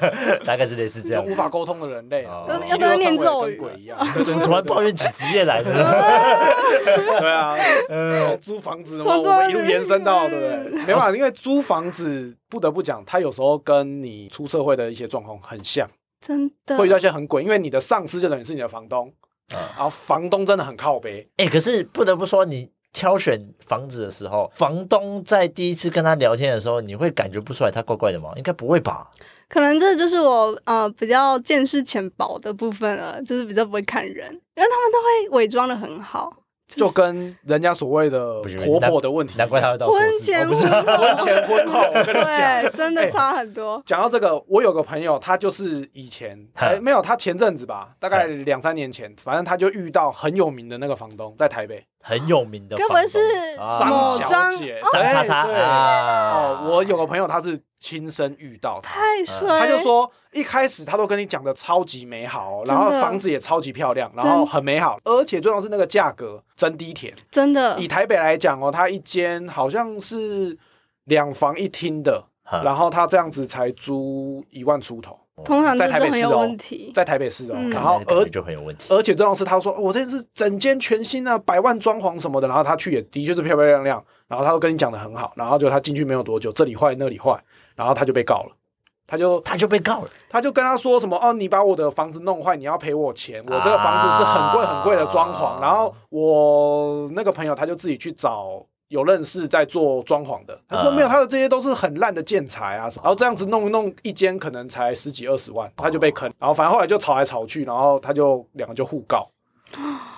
[SPEAKER 1] 大概是类似这
[SPEAKER 2] 就
[SPEAKER 1] 样。
[SPEAKER 2] 无法沟通的人类啊
[SPEAKER 1] 哦，
[SPEAKER 3] 要不要念咒
[SPEAKER 2] 跟
[SPEAKER 3] 语啊
[SPEAKER 2] 鬼一样，
[SPEAKER 1] 怎 么突然抱怨起职业来的？
[SPEAKER 2] 对 啊，从租房子嘛，
[SPEAKER 3] 从
[SPEAKER 2] 我
[SPEAKER 3] 租房
[SPEAKER 2] 们一
[SPEAKER 3] 子
[SPEAKER 2] 路延伸到，对 不对？没办法，因为租房子不得不讲，它有时候跟你出社会的一些状况很像，
[SPEAKER 3] 真的
[SPEAKER 2] 会遇到一些很鬼，因为你的上司就等于是你的房东，
[SPEAKER 1] 嗯
[SPEAKER 2] 然后房东真的很靠 背，
[SPEAKER 1] 哎、可是不得不说，你挑选房子的时候，房东在第一次跟他聊天的时候，你会感觉不出来他怪怪的吗？应该不会吧？
[SPEAKER 3] 可能这就是我呃比较见识浅薄的部分了，就是比较不会看人，因为他们都会伪装的很好，
[SPEAKER 2] 就跟人家所谓的
[SPEAKER 1] 不是
[SPEAKER 2] 婆婆的问题，
[SPEAKER 1] 难怪他会到硕
[SPEAKER 3] 婚
[SPEAKER 1] 士，
[SPEAKER 3] 前
[SPEAKER 1] 哦不
[SPEAKER 3] 婚
[SPEAKER 1] 是
[SPEAKER 3] 后，
[SPEAKER 2] 婚前婚后， 我跟你讲。哎
[SPEAKER 3] 对，真的差很多。
[SPEAKER 2] 讲到这个，我有个朋友，他就是以 前，
[SPEAKER 1] 嗯
[SPEAKER 2] 哎，没有，他前阵子吧，大概两三年前，反正他就遇到很有名的那个房东，在台北，
[SPEAKER 1] 很有名的
[SPEAKER 3] 该
[SPEAKER 1] 房东，
[SPEAKER 3] 不会是
[SPEAKER 1] 啊
[SPEAKER 2] 张
[SPEAKER 3] 某
[SPEAKER 2] 小
[SPEAKER 3] 张哦
[SPEAKER 2] 姐，
[SPEAKER 1] 张
[SPEAKER 2] 对
[SPEAKER 1] 叉叉
[SPEAKER 2] 哎对
[SPEAKER 1] 啊？
[SPEAKER 2] 哦，我有个朋友他是亲身遇到他，
[SPEAKER 3] 太哎衰，
[SPEAKER 2] 呃他就说一开始他都跟你讲的超级美好哦，
[SPEAKER 3] 真
[SPEAKER 2] 然
[SPEAKER 3] 的
[SPEAKER 2] 后房子也超级漂亮，然后很美好，而且最重要是那个价格真低甜。
[SPEAKER 3] 真的
[SPEAKER 2] 以台北来讲哦，它一间好像是两房一厅的，
[SPEAKER 1] 哈
[SPEAKER 2] 然后他这样子才租一万出头，
[SPEAKER 3] 通常
[SPEAKER 2] 在
[SPEAKER 3] 这
[SPEAKER 2] 台
[SPEAKER 3] 种
[SPEAKER 2] 北
[SPEAKER 3] 很
[SPEAKER 2] 市
[SPEAKER 3] 有
[SPEAKER 2] 哦
[SPEAKER 3] 问，题，
[SPEAKER 2] 在台北市哦，
[SPEAKER 3] 嗯
[SPEAKER 2] 然后
[SPEAKER 1] 那感
[SPEAKER 2] 而
[SPEAKER 1] 觉就很有问题。
[SPEAKER 2] 而且重要的是，他说、哦我这是整间全新啊，百万装潢什么的。然后他去也的确是漂漂亮亮，然后他都跟你讲的很好，然后就他进去没有多久，这里坏那里坏，然后他就被告了。他就
[SPEAKER 1] 他就被告了，
[SPEAKER 2] 他就跟他说什么哦，你把我的房子弄坏，你要赔我钱。我这个房子是很贵很贵的装潢，
[SPEAKER 1] 啊
[SPEAKER 2] 然后我那个朋友他就自己去找有认识在做装潢的，他说
[SPEAKER 1] 嗯
[SPEAKER 2] 没有，他的这些都是很烂的建材啊，什么然后这样子弄一弄一间可能才十几二十万，他就被坑。然后反正后来就吵来吵去，然后他就两个就互告，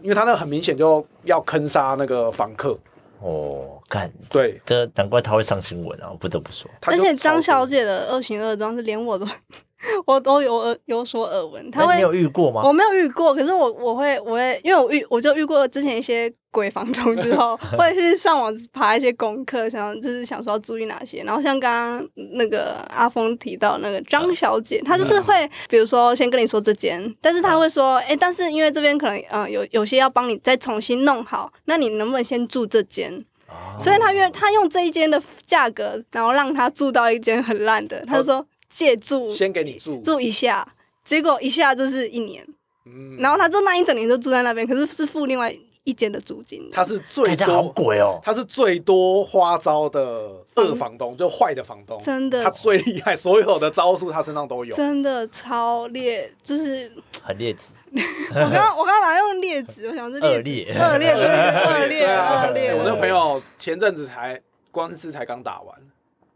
[SPEAKER 2] 因为他那很明显就要坑杀那个房客，
[SPEAKER 1] 哦，干，
[SPEAKER 2] 对，
[SPEAKER 1] 这难怪他会上新闻啊！我不得不说，
[SPEAKER 2] 他
[SPEAKER 3] 而
[SPEAKER 2] 就
[SPEAKER 3] 且张
[SPEAKER 2] 超
[SPEAKER 3] 小
[SPEAKER 2] 多
[SPEAKER 3] 姐的恶行恶状是连我都 我都有耳有所耳闻，
[SPEAKER 2] 哎
[SPEAKER 3] 她
[SPEAKER 1] 那
[SPEAKER 3] 会
[SPEAKER 1] 哎
[SPEAKER 3] 哦
[SPEAKER 1] 你有遇过吗？
[SPEAKER 3] 我没有遇过，可是我我会我会，因为我遇我就遇过之前一些鬼房东之 后，我也去上网爬一些功课，想就是想说要注意哪些。然后像刚刚那个阿峰提到那个张小姐，她就是会比如说先跟你说这间，但是她会说，哎、但是因为这边可能嗯、呃有有些要帮你再重新弄好，那你能不能先住这间？
[SPEAKER 1] 啊
[SPEAKER 3] 所以他愿他用这一间的价格，然后让他住到一间很烂的，他就说借住
[SPEAKER 2] 先给你住，
[SPEAKER 3] 住一下，结果一下就是一年。
[SPEAKER 2] 嗯
[SPEAKER 3] 然后他就那一整年就住在那边，可是是付另外一间的租金的。
[SPEAKER 2] 他是最
[SPEAKER 1] 看起来好
[SPEAKER 2] 多
[SPEAKER 1] 鬼哦，
[SPEAKER 2] 他是最多花招的恶房东，就坏的房东，
[SPEAKER 3] 真的
[SPEAKER 2] 他最厉害，所有的招数他身上都有。
[SPEAKER 3] 真的超劣， 就是
[SPEAKER 1] 很劣质，
[SPEAKER 3] 我刚刚我刚刚用劣质，我想是
[SPEAKER 1] 恶
[SPEAKER 3] 劣质
[SPEAKER 1] 劣，
[SPEAKER 3] 恶劣，对恶
[SPEAKER 2] 对
[SPEAKER 3] 劣，
[SPEAKER 2] 啊
[SPEAKER 3] 恶劣。
[SPEAKER 2] 我那个朋友前阵子才官司才刚打完，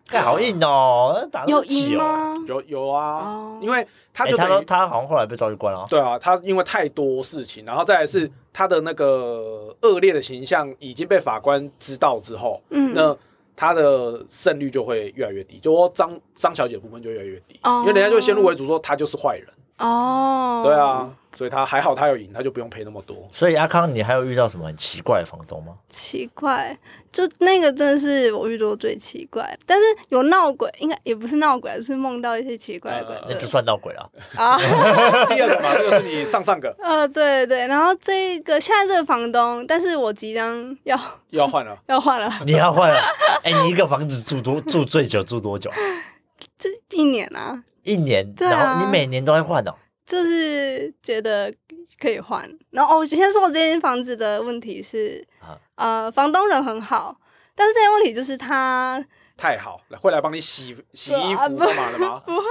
[SPEAKER 1] 干好硬哦，打那么
[SPEAKER 3] 有
[SPEAKER 1] 久
[SPEAKER 3] 赢？吗？
[SPEAKER 2] 有有啊
[SPEAKER 3] 哦，
[SPEAKER 2] 因为他
[SPEAKER 1] 哎，
[SPEAKER 2] 就
[SPEAKER 1] 他
[SPEAKER 2] 等
[SPEAKER 1] 都
[SPEAKER 2] 于
[SPEAKER 1] 他好像后来被抓去关了啊，
[SPEAKER 2] 对啊，他因为太多事情，然后再来是他的那个恶劣的形象已经被法官知道之后，
[SPEAKER 3] 嗯
[SPEAKER 2] 那他的胜率就会越来越低，就说张张小姐部分就越来越低，
[SPEAKER 3] 哦
[SPEAKER 2] 因为人家就先入为主说他就是坏人。
[SPEAKER 3] 哦，
[SPEAKER 2] 对，
[SPEAKER 1] 嗯
[SPEAKER 2] 啊，所以他还好，他有赢，他就不用赔那么多。
[SPEAKER 1] 所以阿康，你还有遇到什么很奇怪的房东吗？
[SPEAKER 3] 奇怪，就那个真的是我遇到最奇怪，但是有闹鬼，应该也不是闹鬼，就是梦到一些奇怪的鬼
[SPEAKER 2] 呃
[SPEAKER 1] 那就
[SPEAKER 3] 对
[SPEAKER 1] 算闹鬼了。
[SPEAKER 3] 啊。
[SPEAKER 2] 第二个嘛，这个是你上上个
[SPEAKER 3] 呃，对对，然后这个现在这个房东，但是我即将要
[SPEAKER 2] 又要换了
[SPEAKER 3] 要换了，
[SPEAKER 1] 你要 换了？哎、你一个房子住多住最久住多久啊？
[SPEAKER 3] 这一年啊，
[SPEAKER 1] 一年，
[SPEAKER 3] 对啊
[SPEAKER 1] 然后你每年都在换哦。
[SPEAKER 3] 就是觉得可以换。然后哦，我先说我这间房子的问题是
[SPEAKER 1] 啊，
[SPEAKER 3] 呃，房东人很好，但是这件问题就是他
[SPEAKER 2] 太好，了，会来帮你洗洗衣
[SPEAKER 3] 对啊
[SPEAKER 2] 服
[SPEAKER 3] 不
[SPEAKER 2] 干嘛的吗？
[SPEAKER 3] 不会，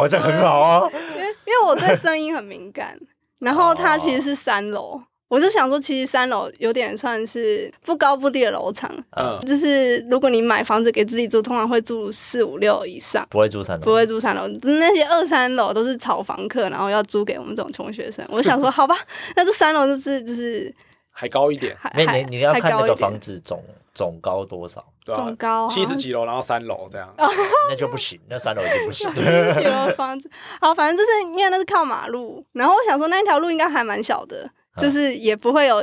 [SPEAKER 1] 哦，这很好啊。
[SPEAKER 3] 因为因为我对声音很敏感，然后他其实是三楼。我就想说，其实三楼有点算是不高不低的楼层，
[SPEAKER 2] 嗯，
[SPEAKER 3] 就是如果你买房子给自己住，通常会住四五六以上。
[SPEAKER 1] 不会住三
[SPEAKER 3] 不
[SPEAKER 1] 楼，
[SPEAKER 3] 会住三楼，那些二三楼都是炒房客，然后要租给我们这种穷学生。我想说，好吧，那这三楼就是就是
[SPEAKER 2] 还高一点，
[SPEAKER 3] 还
[SPEAKER 1] 没
[SPEAKER 3] 还
[SPEAKER 1] 你你要
[SPEAKER 3] 还
[SPEAKER 1] 看那
[SPEAKER 3] 高一
[SPEAKER 1] 个
[SPEAKER 3] 点
[SPEAKER 1] 房子总总高多少，
[SPEAKER 2] 对吧
[SPEAKER 3] 总？高啊
[SPEAKER 2] 七十几楼，然后三楼这样，
[SPEAKER 1] 那就不行，那三楼就不 行。
[SPEAKER 3] 七十楼房子。好，反正就是因为那是靠马路，然后我想说那一条路应该还蛮小的。
[SPEAKER 1] 嗯
[SPEAKER 3] 就是也不会有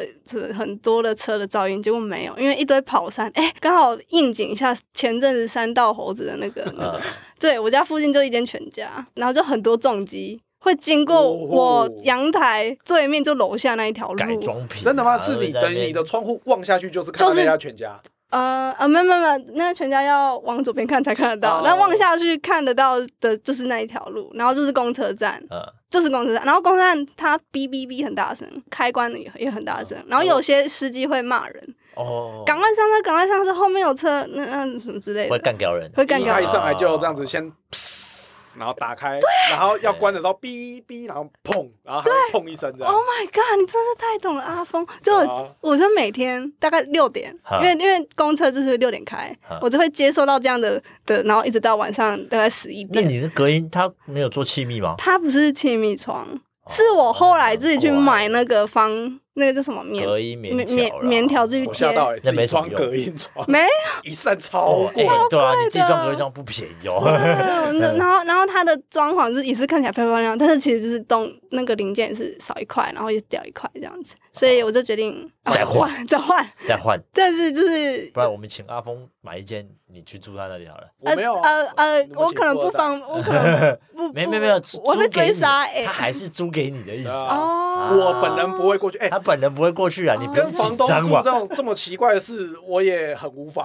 [SPEAKER 3] 很多的车的噪音，结果没有，因为一堆跑山，哎、刚好应景一下前阵子三道猴子的那个那
[SPEAKER 1] 呃
[SPEAKER 3] 个，，对我家附近就一间全家，然后就很多重机会经过我阳台对面就楼下那一条
[SPEAKER 1] 哦改
[SPEAKER 3] 路，
[SPEAKER 1] 装品啊
[SPEAKER 2] 真的吗？是你
[SPEAKER 1] 在那
[SPEAKER 2] 等
[SPEAKER 1] 边
[SPEAKER 2] 于你的窗户望下去就是看到
[SPEAKER 3] 就是
[SPEAKER 2] 那家全家，
[SPEAKER 3] 呃呃，没有没有没有，那个全家要往左边看才看得
[SPEAKER 2] 哦
[SPEAKER 3] 到，那、望下去看得到的就是那一条路，然后就是公车站，
[SPEAKER 1] 呃，
[SPEAKER 3] 就是公车站，然后公车站它哔哔哔很大声，开关也也很大声，然后有些司机会骂人，
[SPEAKER 1] 哦，
[SPEAKER 3] 赶快上车，赶快上车，后面有车，那那什么之类
[SPEAKER 1] 会
[SPEAKER 3] 的，
[SPEAKER 1] 干掉人，
[SPEAKER 3] 会干
[SPEAKER 2] 一
[SPEAKER 3] 掉
[SPEAKER 2] 他一
[SPEAKER 3] 人。
[SPEAKER 2] 上来就这样子先。噗然后打开，然后要关的时候，哔哔，然后砰，然后还会砰一声这样
[SPEAKER 3] Oh，my god！你真是太懂了，阿峰。就
[SPEAKER 2] 对啊
[SPEAKER 3] 我我就每天大概六点
[SPEAKER 1] 哦哈，
[SPEAKER 3] 因为因为公车就是六点开
[SPEAKER 1] 哈，
[SPEAKER 3] 我就会接收到这样的的，然后一直到晚上大概十一
[SPEAKER 1] 那
[SPEAKER 3] 点。
[SPEAKER 1] 你的隔音它没有做气密吗？
[SPEAKER 2] 哦
[SPEAKER 3] 它不是气密窗，是我后来自己去买那个防那个叫什么棉
[SPEAKER 1] 隔音
[SPEAKER 3] 棉
[SPEAKER 1] 棉
[SPEAKER 3] 棉
[SPEAKER 1] 条啦
[SPEAKER 3] 棉条自己
[SPEAKER 2] 我
[SPEAKER 3] 贴
[SPEAKER 2] 吓，到哎、欸，
[SPEAKER 1] 那
[SPEAKER 2] 自
[SPEAKER 1] 没
[SPEAKER 2] 己
[SPEAKER 1] 什么
[SPEAKER 2] 装
[SPEAKER 1] 用
[SPEAKER 2] 隔音床，
[SPEAKER 3] 没
[SPEAKER 2] 一扇超
[SPEAKER 1] 哦，
[SPEAKER 2] 贵
[SPEAKER 1] 哎，对啊，你自己
[SPEAKER 3] 的
[SPEAKER 1] 装隔音装不便宜哦。
[SPEAKER 3] 对
[SPEAKER 2] 嗯
[SPEAKER 3] 嗯那然后然后它的装潢就是也是看起来漂漂亮亮，但是其实就是东那个零件也是少一块，然后也掉一块这样子，所
[SPEAKER 2] 哦
[SPEAKER 3] 以我就决定
[SPEAKER 1] 再
[SPEAKER 3] 啊
[SPEAKER 1] 换
[SPEAKER 3] 再换，
[SPEAKER 1] 再换，
[SPEAKER 3] 但是就是
[SPEAKER 1] 不然我们请阿峰买一间，你去住他那里好了。
[SPEAKER 2] 我没有啊、
[SPEAKER 3] 呃呃，
[SPEAKER 2] 我
[SPEAKER 3] 我可能不
[SPEAKER 2] 放。
[SPEAKER 3] 方，我可 能不
[SPEAKER 1] 没
[SPEAKER 3] 不
[SPEAKER 1] 没没有，
[SPEAKER 3] 我被
[SPEAKER 1] 租给
[SPEAKER 3] 追
[SPEAKER 1] 你
[SPEAKER 3] 杀哎
[SPEAKER 1] 他，还是租给你的意思
[SPEAKER 2] 对
[SPEAKER 1] 啊。
[SPEAKER 2] 啊
[SPEAKER 3] 哦，
[SPEAKER 2] 我本人不会过去，哎、
[SPEAKER 1] 他本人不会过去啊，你不用
[SPEAKER 2] 跟
[SPEAKER 1] 紧
[SPEAKER 2] 房东
[SPEAKER 1] 张
[SPEAKER 2] 做这
[SPEAKER 1] 嘛。
[SPEAKER 2] 种这么奇怪的事，我也很无 法。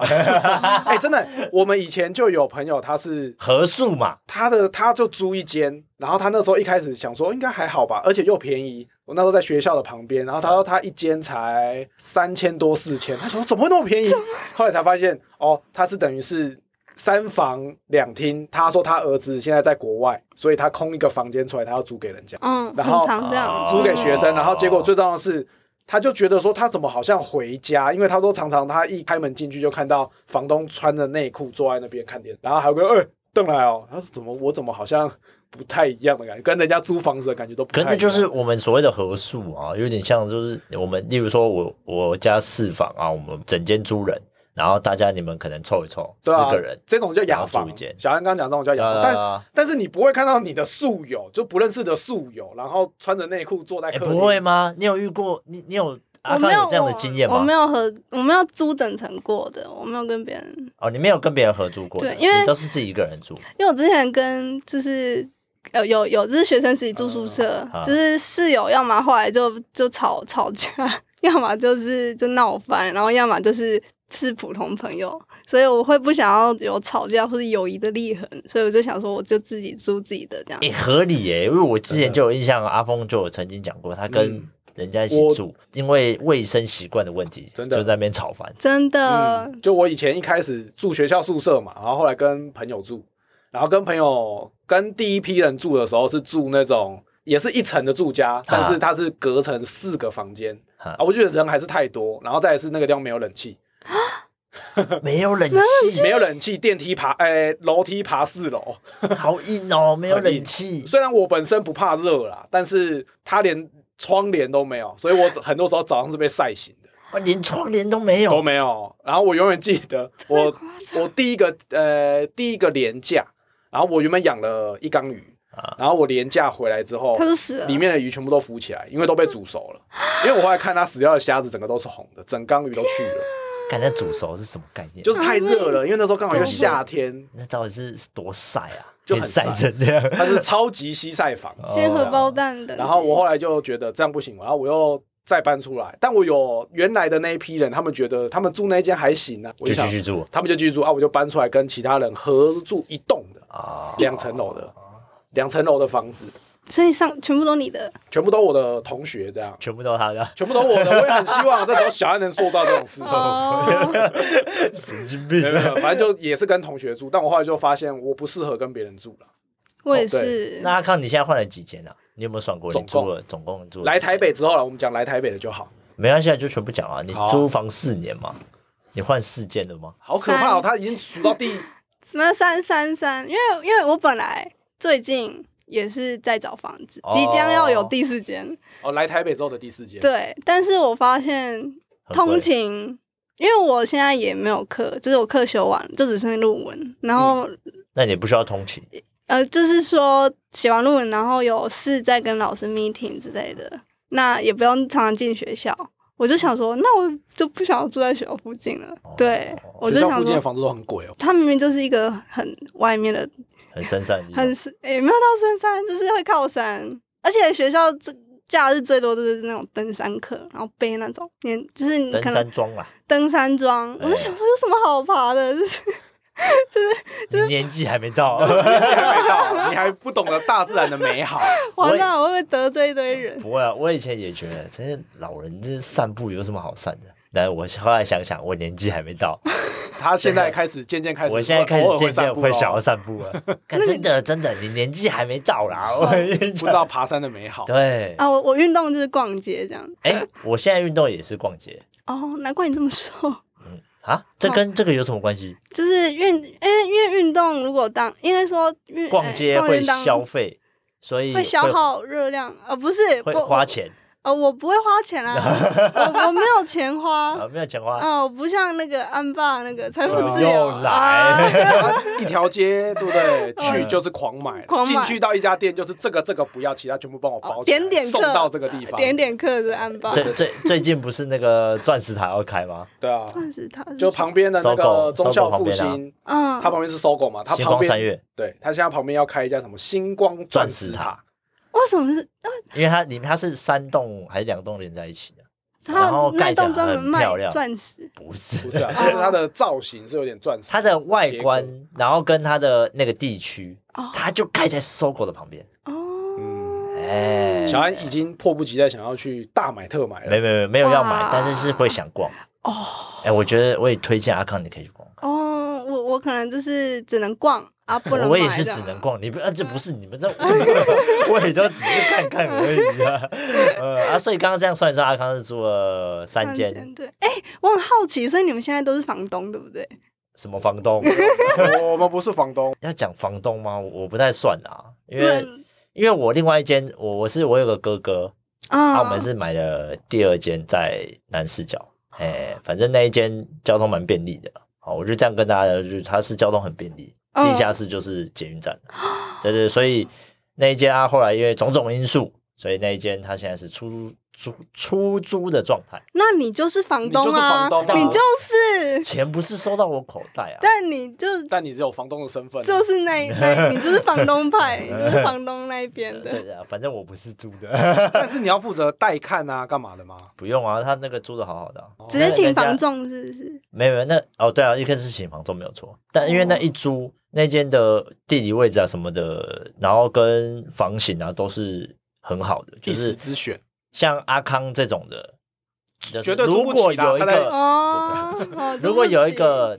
[SPEAKER 2] 哎、真的，我们以前就有朋友，他是
[SPEAKER 1] 合宿嘛，
[SPEAKER 2] 他的他就租一间，然后他那时候一开始想说应该还好吧，而且又便宜。我那时候在学校的旁边，然后他说他一间才三千多四千，他想说怎么会那么便宜？ 后来才发现哦，他是等于是三房两厅。他说他儿子现在在国外，所以他空一个房间出来，他要租给人家。
[SPEAKER 3] 嗯，
[SPEAKER 2] 然后
[SPEAKER 3] 很常这样
[SPEAKER 1] 哦
[SPEAKER 2] 租给学生，然后结果最重要的是，他就觉得说他怎么好像回家，因为他说常常他一开门进去就看到房东穿着内裤坐在那边看电视，然后还有个哎邓来哦，他说怎么我怎么好像不太一样的感觉，跟人家租房子的感觉都不太
[SPEAKER 1] 可是
[SPEAKER 2] 一样。
[SPEAKER 1] 那就是我们所谓的合宿啊，有点像就是我们，例如说我我家四房啊，我们整间租人，然后大家你们可能凑一凑，四
[SPEAKER 2] 对啊
[SPEAKER 1] 个人，
[SPEAKER 2] 这种叫雅
[SPEAKER 1] 然后
[SPEAKER 2] 房
[SPEAKER 1] 住一间，
[SPEAKER 2] 小安刚讲这种叫雅房，但
[SPEAKER 1] 呃，
[SPEAKER 2] 但是你不会看到你的宿友，就不认识的宿友，然后穿着内裤坐在
[SPEAKER 1] 哎
[SPEAKER 2] 客
[SPEAKER 1] 不
[SPEAKER 2] 厅，
[SPEAKER 1] 会吗？你有遇过你你有阿
[SPEAKER 3] 我没
[SPEAKER 1] 康
[SPEAKER 3] 有
[SPEAKER 1] 有这样的经验
[SPEAKER 3] 我
[SPEAKER 1] 吗
[SPEAKER 3] 没？有和我没有租整层过的，我没有跟别人，
[SPEAKER 1] 哦，你没有跟别人合租过的，
[SPEAKER 3] 对因为
[SPEAKER 1] 你都是自己一个人住，
[SPEAKER 3] 因为我之前跟就是。有有有，就是学生时期住宿舍，
[SPEAKER 1] 啊
[SPEAKER 3] 就是室友，要么后来就就吵吵架， 要么就是就闹翻，然后要么就是是普通朋友，所以我会不想要有吵架或者友谊的裂痕，所以我就想说，我就自己租自己的这样。
[SPEAKER 1] 哎，合理耶，因为我之前就有印象，阿峰就有曾经讲过，他跟
[SPEAKER 2] 嗯
[SPEAKER 1] 人家一
[SPEAKER 2] 我
[SPEAKER 1] 起住，因为卫生习惯的问题，
[SPEAKER 2] 真的
[SPEAKER 1] 就在那边吵 翻。
[SPEAKER 3] 真的，
[SPEAKER 2] 嗯，就我以前一开始住学校宿舍嘛，然后后来跟朋友住，然后跟朋友跟第一批人住的时候是住那种也是一层的住家，但是它是隔成四个房间
[SPEAKER 1] 啊
[SPEAKER 2] 啊，我觉得人还是太多，然后再来是那个地方没有冷气，
[SPEAKER 1] 没有冷气，
[SPEAKER 2] 没有冷气，电梯爬，哎、楼梯爬四楼。
[SPEAKER 1] 好硬哦，没有
[SPEAKER 2] 很硬
[SPEAKER 1] 冷气。
[SPEAKER 2] 虽然我本身不怕热啦，但是它连窗帘都没有，所以我很多时候早上是被晒醒的。
[SPEAKER 1] 哇连窗帘都没
[SPEAKER 2] 都
[SPEAKER 1] 有，
[SPEAKER 2] 没有。然后我永远记得我
[SPEAKER 3] 夸
[SPEAKER 2] 我第一个呃第一个廉价，然后我原本养了一缸鱼，
[SPEAKER 1] 啊
[SPEAKER 2] 然后我廉价回来之后
[SPEAKER 3] 它，就死了。
[SPEAKER 2] 里面的鱼全部都浮起来，因为都被煮熟 了。因为我后来看它死掉的虾子，整个都是红的，整缸鱼都去
[SPEAKER 3] 啊
[SPEAKER 2] 了，
[SPEAKER 1] 看那煮熟是什么概念？
[SPEAKER 2] 就是太热了。因为那时候刚好又夏天，
[SPEAKER 1] 那到底是多晒啊？
[SPEAKER 2] 就
[SPEAKER 1] 可以
[SPEAKER 2] 很
[SPEAKER 1] 晒
[SPEAKER 2] 晒
[SPEAKER 1] 成这样。
[SPEAKER 2] 它是超级西晒房。
[SPEAKER 1] 啊
[SPEAKER 3] 煎
[SPEAKER 1] 哦
[SPEAKER 3] 荷包蛋的。
[SPEAKER 2] 然后我后来就觉得这样不行，然后我又。再搬出来，但我有原来的那一批人，他们觉得他们住那间还行啊，我
[SPEAKER 1] 就
[SPEAKER 2] 想
[SPEAKER 1] 继续住
[SPEAKER 2] 他们就继续住啊，我就搬出来跟其他人合住一栋的，
[SPEAKER 1] 啊，
[SPEAKER 2] 两层楼的，两层楼的房子，
[SPEAKER 3] 所以上全部都 你的，
[SPEAKER 2] 全部都我的同学这样，
[SPEAKER 1] 全部都他 的
[SPEAKER 2] 全部都我的， 我也很希望这时候小安能做到这种事。
[SPEAKER 3] 哦，
[SPEAKER 1] 神经病
[SPEAKER 2] 没有没有，反正就也是跟同学住，但我后来就发现我不适合跟别人 住了。
[SPEAKER 3] 我
[SPEAKER 2] 哦
[SPEAKER 3] 也是
[SPEAKER 1] 那。阿康，你现在换了几间啊？你有没有算过？你
[SPEAKER 2] 总
[SPEAKER 1] 住
[SPEAKER 2] 共
[SPEAKER 1] 了总共住了
[SPEAKER 2] 来
[SPEAKER 1] 几
[SPEAKER 2] 台
[SPEAKER 1] 间
[SPEAKER 2] 北之后了，我们讲来台北的就好，
[SPEAKER 1] 没关系，啊，就全部讲啊。你
[SPEAKER 2] 好啊
[SPEAKER 1] 租房四年嘛，你换四间了吗？
[SPEAKER 2] 好可怕哦！
[SPEAKER 3] 三
[SPEAKER 2] 他已经数到第
[SPEAKER 3] 什么三三三？因为因为我本来最近也是在找房子
[SPEAKER 1] 哦，
[SPEAKER 3] 即将要有第四间，
[SPEAKER 2] 哦，来台北之后的第四间，
[SPEAKER 3] 对。但是我发现
[SPEAKER 1] 很贵
[SPEAKER 3] 通勤，因为我现在也没有课，就是我课修完就只剩论文，然后、
[SPEAKER 2] 嗯
[SPEAKER 1] 那你也不需要通勤，
[SPEAKER 3] 呃，就是说写完论文，然后有事再跟老师 meeting 之类的，那也不用常常进学校。我就想说，那我就不想要住在学校附近了。对，我
[SPEAKER 2] 哦学
[SPEAKER 3] 就
[SPEAKER 2] 校
[SPEAKER 3] 想
[SPEAKER 2] 附近的
[SPEAKER 3] 说，
[SPEAKER 2] 房子都很贵哦。
[SPEAKER 3] 它明明就是一个很外面的，
[SPEAKER 1] 很深山的地方
[SPEAKER 3] 很是也、没有到深山，就是会靠山，而且学校最假日最多就是那种登山客，然后背那种，连就是你
[SPEAKER 1] 登
[SPEAKER 3] 可能
[SPEAKER 1] 山哎庄啊 啦。
[SPEAKER 3] 登山装，我就想说有什么好爬的， 就是
[SPEAKER 1] 你年纪还没到，
[SPEAKER 2] 你还没到，你还不懂得大自然的美好。
[SPEAKER 1] 我也
[SPEAKER 3] 完蛋，我会不会得罪一堆人？
[SPEAKER 1] 不会啊，我以前也觉得，这些老人这散步有什么好散的？但我后来想想，我年纪还没到，
[SPEAKER 2] 他现在开始渐渐开始，
[SPEAKER 1] 我现在开始渐
[SPEAKER 2] 偶
[SPEAKER 1] 渐
[SPEAKER 2] 尔
[SPEAKER 1] 会
[SPEAKER 2] 散
[SPEAKER 1] 想
[SPEAKER 2] 步
[SPEAKER 1] 要
[SPEAKER 2] 哦
[SPEAKER 1] 散步了。干真的真的，你年纪还没到啦，我跟你
[SPEAKER 2] 不知道
[SPEAKER 1] 讲。
[SPEAKER 2] 爬山的美好。
[SPEAKER 1] 对，
[SPEAKER 3] 啊，我我运动就是逛街这样。
[SPEAKER 1] 哎，我现在运动也是逛街
[SPEAKER 3] 哦，难怪你这么瘦。
[SPEAKER 1] 啊，这跟这个有什么关系？
[SPEAKER 3] 就是运，因为因为运动如果当应该说运
[SPEAKER 1] 逛街
[SPEAKER 3] 哎
[SPEAKER 1] 会
[SPEAKER 3] 当
[SPEAKER 1] 消费，所以
[SPEAKER 3] 会消耗热量，呃，不是
[SPEAKER 1] 会
[SPEAKER 3] 不
[SPEAKER 1] 花。钱，
[SPEAKER 3] 呃，我不会花 钱啊，我我没有钱花。
[SPEAKER 1] 啊，没有钱花，
[SPEAKER 3] 啊，我不像那个安爸那个财富自由
[SPEAKER 1] 又来，
[SPEAKER 2] 一条街，对不对？去
[SPEAKER 1] 嗯
[SPEAKER 2] 就是狂买，
[SPEAKER 3] 狂买
[SPEAKER 2] 进去到一家店就是这个这个不要，其他全部帮我 包
[SPEAKER 3] 哦
[SPEAKER 2] 起来，
[SPEAKER 3] 点点
[SPEAKER 2] 送
[SPEAKER 3] 客
[SPEAKER 2] 到这个地方，
[SPEAKER 3] 点点客是安爸，
[SPEAKER 1] 最最最近不是那个钻石塔要开吗？
[SPEAKER 2] 对啊，
[SPEAKER 3] 钻石塔是
[SPEAKER 2] 就旁边的那
[SPEAKER 1] 搜
[SPEAKER 2] 个
[SPEAKER 1] 狗
[SPEAKER 2] 中校复
[SPEAKER 1] 搜狗旁
[SPEAKER 2] 兴，
[SPEAKER 3] 嗯，
[SPEAKER 2] 它旁边是搜狗嘛，它
[SPEAKER 1] 星
[SPEAKER 2] 旁
[SPEAKER 1] 光三
[SPEAKER 2] 边
[SPEAKER 1] 月，
[SPEAKER 2] 对，它现在旁边要开一家什么星光钻石
[SPEAKER 1] 钻石
[SPEAKER 2] 塔，
[SPEAKER 3] 为什么是
[SPEAKER 1] 因为它里面它是三栋还是两栋连在一起的？啊然
[SPEAKER 3] 他
[SPEAKER 1] 后
[SPEAKER 3] 那
[SPEAKER 1] 盖起来
[SPEAKER 3] 栋专门
[SPEAKER 1] 很漂
[SPEAKER 3] 卖
[SPEAKER 1] 亮
[SPEAKER 3] 钻石？
[SPEAKER 1] 不是，
[SPEAKER 2] 不是 啊，
[SPEAKER 3] 哦
[SPEAKER 2] 就是它的造型是有点钻石，
[SPEAKER 1] 它的外
[SPEAKER 2] 结
[SPEAKER 1] 观，然后跟它的那个地区，
[SPEAKER 3] 哦
[SPEAKER 1] 它就盖在搜狗的旁边。嗯
[SPEAKER 3] 哦，
[SPEAKER 1] 哎，
[SPEAKER 2] 小安已经迫不及待想要去大买特买
[SPEAKER 1] 没没
[SPEAKER 2] 了，
[SPEAKER 1] 没没有要买
[SPEAKER 3] 哇，
[SPEAKER 1] 但是是会想逛。
[SPEAKER 3] 哦
[SPEAKER 1] 哎，我觉得我也推荐阿康，你可以去逛。
[SPEAKER 3] 哦，我我可能就是只能逛啊，不能
[SPEAKER 1] 我也
[SPEAKER 3] 买
[SPEAKER 1] 是
[SPEAKER 3] 这样
[SPEAKER 1] 只能逛，你不，啊、这不是你们这，我也都只是看看而已啊。呃啊，所以刚刚这样算一算，阿康是住了三间，
[SPEAKER 3] 对，哎、我很好奇，所以你们现在都是房东，对不对？
[SPEAKER 1] 什么房 东？
[SPEAKER 2] 我们不是房东，
[SPEAKER 1] 要讲房东吗？我不太算啊，因
[SPEAKER 3] 因
[SPEAKER 1] 为因为我另外一间，我我是我有个哥哥，
[SPEAKER 3] 啊
[SPEAKER 1] 啊，我们是买了第二间在南四角，哎，反正那一间交通蛮便利的。好，我就这样跟大家聊，就是它是交通很便利，
[SPEAKER 3] 嗯
[SPEAKER 1] 地下室就是捷运站。对对，所以那一间啊，后来因为种种因素，所以那一间它现在是出租出租的状态，
[SPEAKER 3] 那你就是房东啊，
[SPEAKER 2] 你就是房东啊
[SPEAKER 3] 你就是
[SPEAKER 1] 钱不是收到我口袋啊。
[SPEAKER 3] 但你就
[SPEAKER 2] 但你只有房东的身份，
[SPEAKER 3] 就是那那，你就是房东派，你就是房东那一边
[SPEAKER 1] 对
[SPEAKER 3] 的。
[SPEAKER 1] 对啊，反正我不是租的，
[SPEAKER 2] 但是你要负责带看啊，干嘛的吗？
[SPEAKER 1] 不用啊，他那个租的好好的啊、
[SPEAKER 3] 直接请
[SPEAKER 1] 人家
[SPEAKER 3] 房仲是不是？
[SPEAKER 1] 没有没有那哦，对啊，一开始请房东没有错，但因为那
[SPEAKER 2] 哦
[SPEAKER 1] 一租那间的地理位置啊什么的，然后跟房型啊都是很好的，就
[SPEAKER 2] 一时
[SPEAKER 1] 是
[SPEAKER 2] 之选，
[SPEAKER 1] 像阿康这种的，就是
[SPEAKER 2] 绝对
[SPEAKER 1] 如
[SPEAKER 2] 租不起
[SPEAKER 1] 果
[SPEAKER 2] 啦
[SPEAKER 1] 有一
[SPEAKER 2] 他在
[SPEAKER 1] 个
[SPEAKER 3] 哦，哦
[SPEAKER 1] 如果有一，
[SPEAKER 3] 对不
[SPEAKER 1] 个
[SPEAKER 3] 起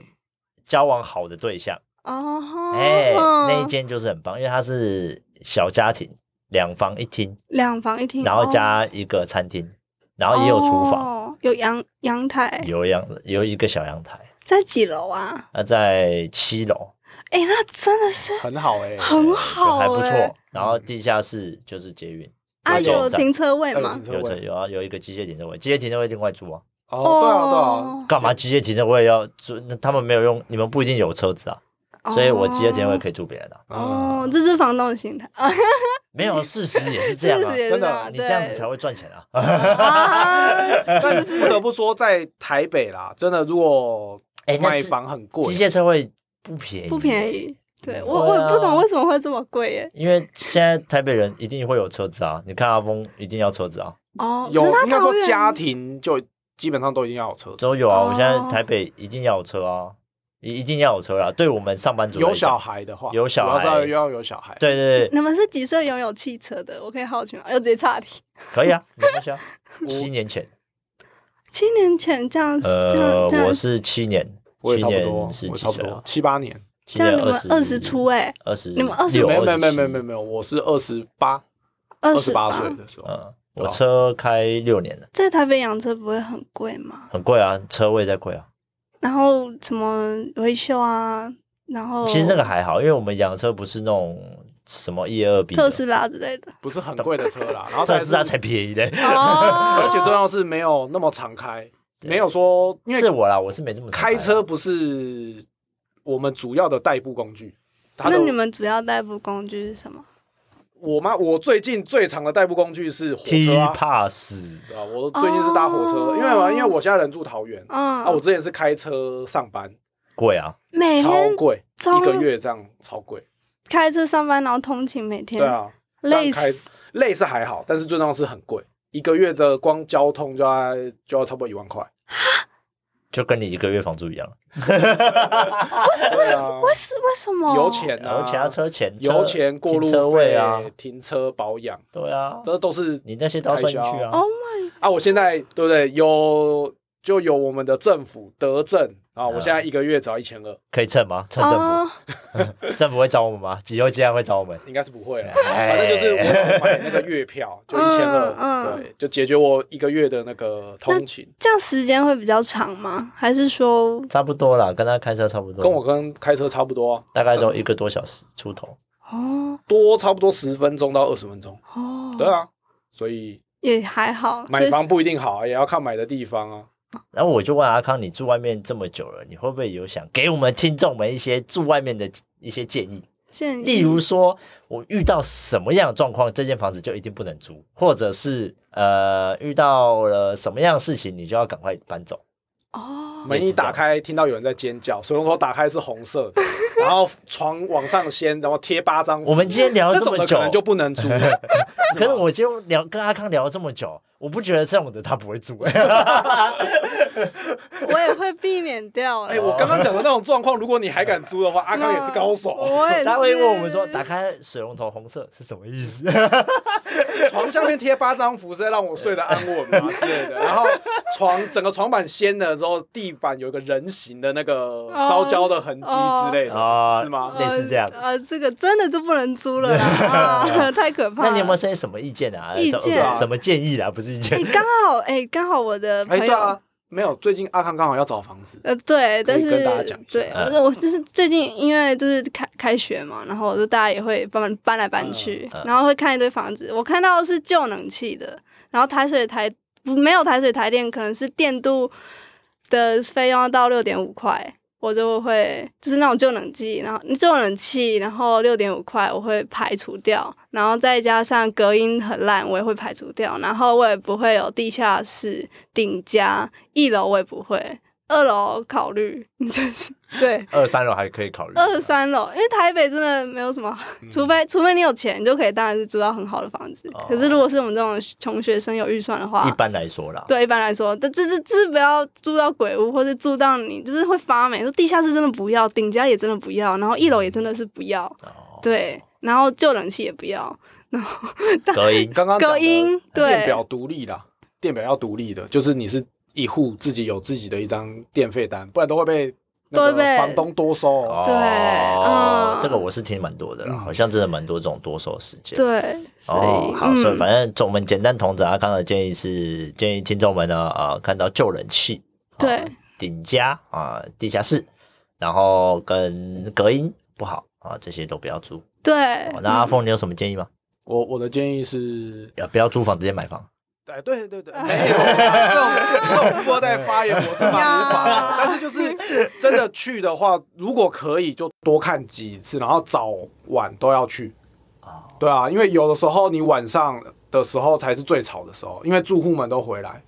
[SPEAKER 1] 交往好的对象，
[SPEAKER 3] 哦，
[SPEAKER 1] 哎，
[SPEAKER 3] 嗯
[SPEAKER 1] 那一间就是很棒，因为它是小家庭，两房一厅，
[SPEAKER 3] 两房一
[SPEAKER 2] 嗯
[SPEAKER 3] 厅，
[SPEAKER 1] 然后
[SPEAKER 3] 哦，
[SPEAKER 1] 加一个餐厅，然后也有厨房，
[SPEAKER 3] 哦，有阳阳台，
[SPEAKER 1] 有阳有一个小阳台，
[SPEAKER 3] 在几楼啊？
[SPEAKER 1] 那在七楼。
[SPEAKER 3] 哎，那真的是
[SPEAKER 2] 很好哎，
[SPEAKER 3] 很
[SPEAKER 1] 就
[SPEAKER 3] 好，
[SPEAKER 1] 还不
[SPEAKER 3] 哎
[SPEAKER 1] 错。然后地下室就是捷运，
[SPEAKER 3] 啊，
[SPEAKER 1] 有
[SPEAKER 3] 有
[SPEAKER 1] 站
[SPEAKER 3] 停车位
[SPEAKER 2] 哎那有
[SPEAKER 3] 吗
[SPEAKER 2] 停？车
[SPEAKER 1] 有车
[SPEAKER 2] 位
[SPEAKER 1] 有啊，有一个机械停车位，机械停车位另外租啊。
[SPEAKER 2] 哦，对啊对啊，
[SPEAKER 1] 干嘛机械停车位要租？那他们没有用，你们不一定有车子啊，
[SPEAKER 3] 哦
[SPEAKER 1] 所以我机械停车位可以租别人的、啊。
[SPEAKER 3] 哦，这是房东的心态啊，
[SPEAKER 1] 没有，事实也是这
[SPEAKER 3] 确
[SPEAKER 1] 样啊
[SPEAKER 3] 实，也是
[SPEAKER 2] 真的
[SPEAKER 1] 你这样子才
[SPEAKER 3] 会。
[SPEAKER 1] 会赚钱啊。
[SPEAKER 3] 啊
[SPEAKER 2] 但不得不说，在台北啦，真的如果
[SPEAKER 1] 哎那
[SPEAKER 2] 卖
[SPEAKER 1] 是
[SPEAKER 2] 房很贵，
[SPEAKER 1] 机械车位不便宜，
[SPEAKER 3] 不便。宜，对 我
[SPEAKER 1] 对
[SPEAKER 3] 我
[SPEAKER 1] 啊
[SPEAKER 3] 不懂为什么会这么贵耶。
[SPEAKER 1] 因为现在台北人一定会有车子啊，你看阿峰一定要车子啊，
[SPEAKER 3] 哦，
[SPEAKER 2] 有
[SPEAKER 3] 可是他
[SPEAKER 2] 应该说
[SPEAKER 3] 桃园
[SPEAKER 2] 家庭就基本上都一定要有车子，
[SPEAKER 1] 都有啊。
[SPEAKER 3] 哦
[SPEAKER 1] 我现在台北一定要有车啊，一一定要有车啊。对我们上班族来
[SPEAKER 2] 有
[SPEAKER 1] 讲
[SPEAKER 2] 小，孩的话，
[SPEAKER 1] 有小孩
[SPEAKER 2] 主要是要要有小孩，
[SPEAKER 1] 对 对对，
[SPEAKER 3] 你们是几岁拥有汽车的？我可以好奇吗？哎又直接岔题。
[SPEAKER 1] 可以啊，没关 系啊。七年前，
[SPEAKER 3] 七年前这样，这
[SPEAKER 1] 呃
[SPEAKER 3] 样，这
[SPEAKER 1] 我
[SPEAKER 3] 样，
[SPEAKER 1] 是七年，七
[SPEAKER 2] 我也差不多，
[SPEAKER 1] 年
[SPEAKER 2] 我
[SPEAKER 1] 是
[SPEAKER 2] 也
[SPEAKER 1] 几
[SPEAKER 2] 差不
[SPEAKER 1] 岁
[SPEAKER 2] 多
[SPEAKER 1] 啊？
[SPEAKER 2] 七八年，
[SPEAKER 1] 七
[SPEAKER 3] 这样
[SPEAKER 1] 年
[SPEAKER 3] 你们二十出，哎，
[SPEAKER 1] 二十，
[SPEAKER 3] 你们26
[SPEAKER 1] 六
[SPEAKER 2] 没有没有没有没有没
[SPEAKER 1] 27
[SPEAKER 2] 有没有，我是二十八
[SPEAKER 3] 二
[SPEAKER 2] 二
[SPEAKER 3] 十
[SPEAKER 2] 十八岁，的时候，
[SPEAKER 1] 嗯，我
[SPEAKER 2] 啊
[SPEAKER 1] 车开六年了，
[SPEAKER 3] 在台北养车不会很贵吗？
[SPEAKER 1] 很贵啊，车位在贵啊。
[SPEAKER 3] 然后什么维修啊，然后
[SPEAKER 1] 其实那个还好，因为我们养车不是那种什么一二 B
[SPEAKER 3] 特斯拉之类 的。
[SPEAKER 2] 不是很贵的车啦，然后
[SPEAKER 1] 特
[SPEAKER 2] 再
[SPEAKER 1] 斯拉
[SPEAKER 2] 是
[SPEAKER 1] 才便宜嘞。
[SPEAKER 3] 哦
[SPEAKER 2] 而且重要是没有那么常开，没有说因
[SPEAKER 1] 是
[SPEAKER 2] 为
[SPEAKER 1] 我啦，我是没这么常
[SPEAKER 2] 开
[SPEAKER 1] 啊
[SPEAKER 2] 车不是我们主要的代步工具。它
[SPEAKER 3] 那
[SPEAKER 2] 的
[SPEAKER 3] 你们主要代步工具是什么？
[SPEAKER 2] 我妈，我最近最长的代步工具是火
[SPEAKER 1] ，T
[SPEAKER 2] 车啊，
[SPEAKER 1] pass
[SPEAKER 2] 对啊，我最近是搭火
[SPEAKER 3] 哦
[SPEAKER 2] 车，因为嘛，因为我现在人住桃园，
[SPEAKER 3] 嗯，
[SPEAKER 2] 啊，我之前是开车上班，
[SPEAKER 1] 贵啊，
[SPEAKER 3] 每
[SPEAKER 2] 超
[SPEAKER 3] 天
[SPEAKER 2] 贵，
[SPEAKER 3] 超
[SPEAKER 2] 一个月这样超贵，
[SPEAKER 3] 开车上班，然后通勤，每天
[SPEAKER 2] 对啊，这
[SPEAKER 3] 累
[SPEAKER 2] 样开
[SPEAKER 3] 死。
[SPEAKER 2] 累是还好，但是最重要是很贵，一个月的光交通就要就要差不多一万块，
[SPEAKER 1] 就跟你一个月房租一样，
[SPEAKER 2] 对啊，
[SPEAKER 3] 为什为什么？
[SPEAKER 2] 油钱
[SPEAKER 1] 然
[SPEAKER 2] 啊
[SPEAKER 1] 后，其他车钱、
[SPEAKER 2] 油
[SPEAKER 1] 车
[SPEAKER 2] 钱、过
[SPEAKER 1] 停
[SPEAKER 2] 路
[SPEAKER 1] 车
[SPEAKER 2] 费
[SPEAKER 1] 位啊，
[SPEAKER 2] 停车保养，
[SPEAKER 1] 对啊，
[SPEAKER 2] 这都是
[SPEAKER 1] 你那些都要算进去啊。
[SPEAKER 3] 哦
[SPEAKER 2] 啊，我现在对不对？有就有我们的政府德政啊，我
[SPEAKER 1] 嗯
[SPEAKER 2] 现在一个月只要一千二，
[SPEAKER 1] 可以蹭吗？蹭政府。
[SPEAKER 3] 哦，
[SPEAKER 1] 政府会找我们吗？几后竟然啊会找我们？
[SPEAKER 2] 应该是不会了，
[SPEAKER 1] 哎
[SPEAKER 2] 反正就是我有买那个月票，就一千
[SPEAKER 3] 嗯
[SPEAKER 2] 二，
[SPEAKER 3] 嗯
[SPEAKER 2] 对，就解决我一个月的那个通勤，
[SPEAKER 3] 这样时间会比较长吗？还是说
[SPEAKER 1] 差不多啦，跟他开车差不多，
[SPEAKER 2] 跟我跟开车差不多啊，
[SPEAKER 1] 大概都一个多小时出头。
[SPEAKER 3] 哦
[SPEAKER 2] 多差不多十分钟到二十分钟，
[SPEAKER 3] 哦，
[SPEAKER 2] 对啊，所以
[SPEAKER 3] 也还好，
[SPEAKER 2] 买
[SPEAKER 3] 就是
[SPEAKER 2] 房不一定好啊，也要看买的地方
[SPEAKER 1] 嗯
[SPEAKER 2] 啊。
[SPEAKER 1] 然后我就问阿康，你住外面这么久了，你会不会有想给我们听众们一些住外面的一些建议？
[SPEAKER 3] 建议，
[SPEAKER 1] 例如说，我遇到什么样的状况，这间房子就一定不能租，或者是呃遇到了什么样的事情，你就要赶快搬走。
[SPEAKER 3] 哦，
[SPEAKER 2] 门一打开，听到有人在尖叫，水龙头打开是红色 的，然后床往上掀，然后贴八张符。
[SPEAKER 1] 我们今天聊了
[SPEAKER 2] 这
[SPEAKER 1] 这
[SPEAKER 2] 种
[SPEAKER 1] 么
[SPEAKER 2] 的
[SPEAKER 1] 久
[SPEAKER 2] 可，能就不能租了。
[SPEAKER 1] 可是我今天聊跟阿康聊了这么久，我不觉得这种的他不会 住、
[SPEAKER 3] 我也会避免掉了。
[SPEAKER 2] 哎，我刚刚讲的那种状况，如果你还敢租的话，阿
[SPEAKER 3] 那
[SPEAKER 2] 康也是高手。
[SPEAKER 3] 我也是。
[SPEAKER 1] 他会问我们说，打开水龙头红色是什么意思？
[SPEAKER 2] 床下面贴八张符是在让我睡得安稳 嘛之类的。然后床整个床板掀了之后，地板有一个人形的那个
[SPEAKER 3] 哦
[SPEAKER 2] 烧焦的痕迹之类
[SPEAKER 1] 哦
[SPEAKER 2] 的，是吗？
[SPEAKER 1] 类似这样
[SPEAKER 3] 呃，呃这个真的就不能租了 啦，啊，太可怕了。
[SPEAKER 1] 那你有没有些什么意见啊？
[SPEAKER 3] 意见
[SPEAKER 1] 什么什么建议啊？不是意见
[SPEAKER 3] 哎，，刚好哎，刚好我的
[SPEAKER 2] 哎，
[SPEAKER 3] 朋
[SPEAKER 2] 对
[SPEAKER 3] 友
[SPEAKER 2] 啊，没有，最近阿康刚好要找房子，
[SPEAKER 3] 呃，对，但是
[SPEAKER 2] 跟大家讲一下
[SPEAKER 3] 对，
[SPEAKER 1] 嗯
[SPEAKER 3] 我我就是最近因为就是开开学嘛，然后就大家也会搬搬来搬去，
[SPEAKER 1] 嗯嗯
[SPEAKER 3] 然后会看一堆房子。我看到的是旧冷气的，然后台水台不没有台水台电，可能是电镀的费用要到六点五块，我就会就是那种旧冷气，然后旧冷气，然后六点五块我会排除掉，然后再加上隔音很烂，我也会排除掉，然后我也不会有地下室、顶加，一楼我也不会。二楼考虑， 就是对
[SPEAKER 1] 二三楼还可以考虑。
[SPEAKER 3] 二三楼，因为台北真的没有什么，除非除非你有钱，你就可以当然是租到很好的房子。
[SPEAKER 1] 嗯哦
[SPEAKER 3] 可是如果是我们这种穷学生有预算的
[SPEAKER 1] 一
[SPEAKER 3] 话，
[SPEAKER 1] 般来说啦，
[SPEAKER 3] 对一般来说，但这这这不要住到鬼屋，或是住到你就是会发霉，说地下室真的不要，顶家也真的不要，然后一楼也真的是不要，
[SPEAKER 1] 哦，
[SPEAKER 3] 对，然后旧冷气也不要，
[SPEAKER 1] 隔音
[SPEAKER 2] 刚刚讲的
[SPEAKER 3] 隔音
[SPEAKER 2] 电
[SPEAKER 3] 对
[SPEAKER 2] 表独立啦，电表要独立的，就是你是一户自己有自己的一张电费单，不然都会被那个
[SPEAKER 3] 都会被
[SPEAKER 2] 房东多收哦。
[SPEAKER 3] 对
[SPEAKER 1] 哦
[SPEAKER 3] 嗯
[SPEAKER 1] 这个我是听蛮多的啦，
[SPEAKER 2] 嗯
[SPEAKER 1] 好像真的蛮多这种多收时间。
[SPEAKER 3] 对，所
[SPEAKER 1] 哦
[SPEAKER 3] 以，
[SPEAKER 1] 好，所以
[SPEAKER 3] 嗯，
[SPEAKER 1] 反正总我们简单同整阿康的建议是，建议听众们呢，呃，看到旧冷气，啊
[SPEAKER 3] 对，
[SPEAKER 1] 顶加啊，地下室，然后跟隔音不好啊，这些都不要租。
[SPEAKER 3] 对
[SPEAKER 1] 哦，那阿凤，你有什么建议吗？
[SPEAKER 2] 我我的建议是，
[SPEAKER 1] 要不要租房直接买房？
[SPEAKER 2] 哎，对对对，没有啊这种这种富二代发言我是蛮无法的，但是就是真的去的话，如果可以就多看几次，然后早晚都要去。对啊，因为有的时候你晚上的时候才是最吵的时候，因为住户们都回来。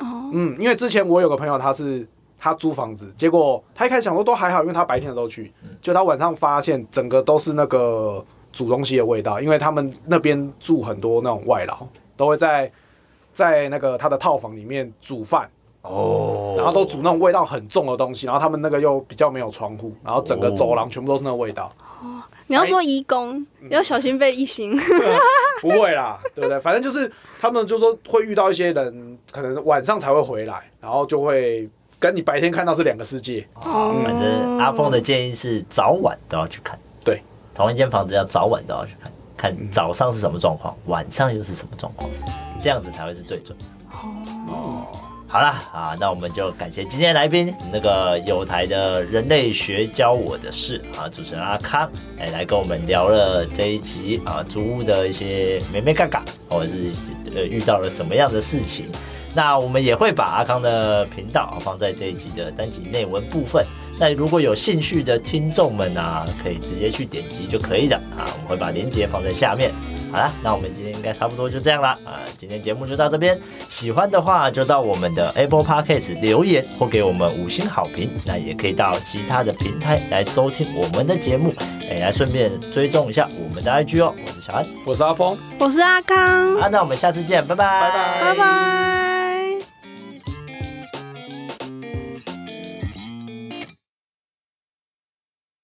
[SPEAKER 3] 哦，
[SPEAKER 2] 嗯，因为之前我有个朋友，他是他租房子，结果他一开始想说都还好，因为他白天的时候去，就他晚上发现整个都是那个煮东西的味道，因为他们那边住很多那种外劳，都会在在那个他的套房里面煮饭，
[SPEAKER 1] 哦
[SPEAKER 2] 然后都煮那种味道很重的东西，然后他们那个又比较没有窗户，然后整个走廊全部都是那个味道。
[SPEAKER 3] 你
[SPEAKER 1] 哎
[SPEAKER 3] 要说移工，
[SPEAKER 1] 嗯
[SPEAKER 3] 要小心被异形。
[SPEAKER 2] 不会啦，对不对？反正就是他们就说会遇到一些人，可能晚上才会回来，然后就会跟你白天看到是两个世界。
[SPEAKER 3] 哦
[SPEAKER 1] 反正阿凤的建议是早晚都要去看，
[SPEAKER 2] 对，
[SPEAKER 1] 同一间房子要早晚都要去看，看早上是什么状况，晚上又是什么状况，这样子才会是最准的。哦，好啦，啊，那我们就感谢今天来宾那个有台的人类学教我的事啊，主持人阿康，哎，来跟我们聊了这一集啊，租屋的一些美美嘎嘎，或者是呃遇到了什么样的事情。那我们也会把阿康的频道啊放在这一集的单集内文部分。那如果有兴趣的听众们啊，可以直接去点击就可以了啊，我们会把链接放在下面。好啦，那我们今天应该差不多就这样啦啊，今天节目就到这边。喜欢的话就到我们的 Apple Podcast 留言或给我们五星好评，那也可以到其他的平台来收听我们的节目，哎，来顺便追踪一下我们的 IG 哦。我是小安
[SPEAKER 2] 我是阿峰，
[SPEAKER 3] 我是阿康，
[SPEAKER 1] 哎啊，那我们下次见，拜拜，
[SPEAKER 2] 拜拜
[SPEAKER 3] 拜拜。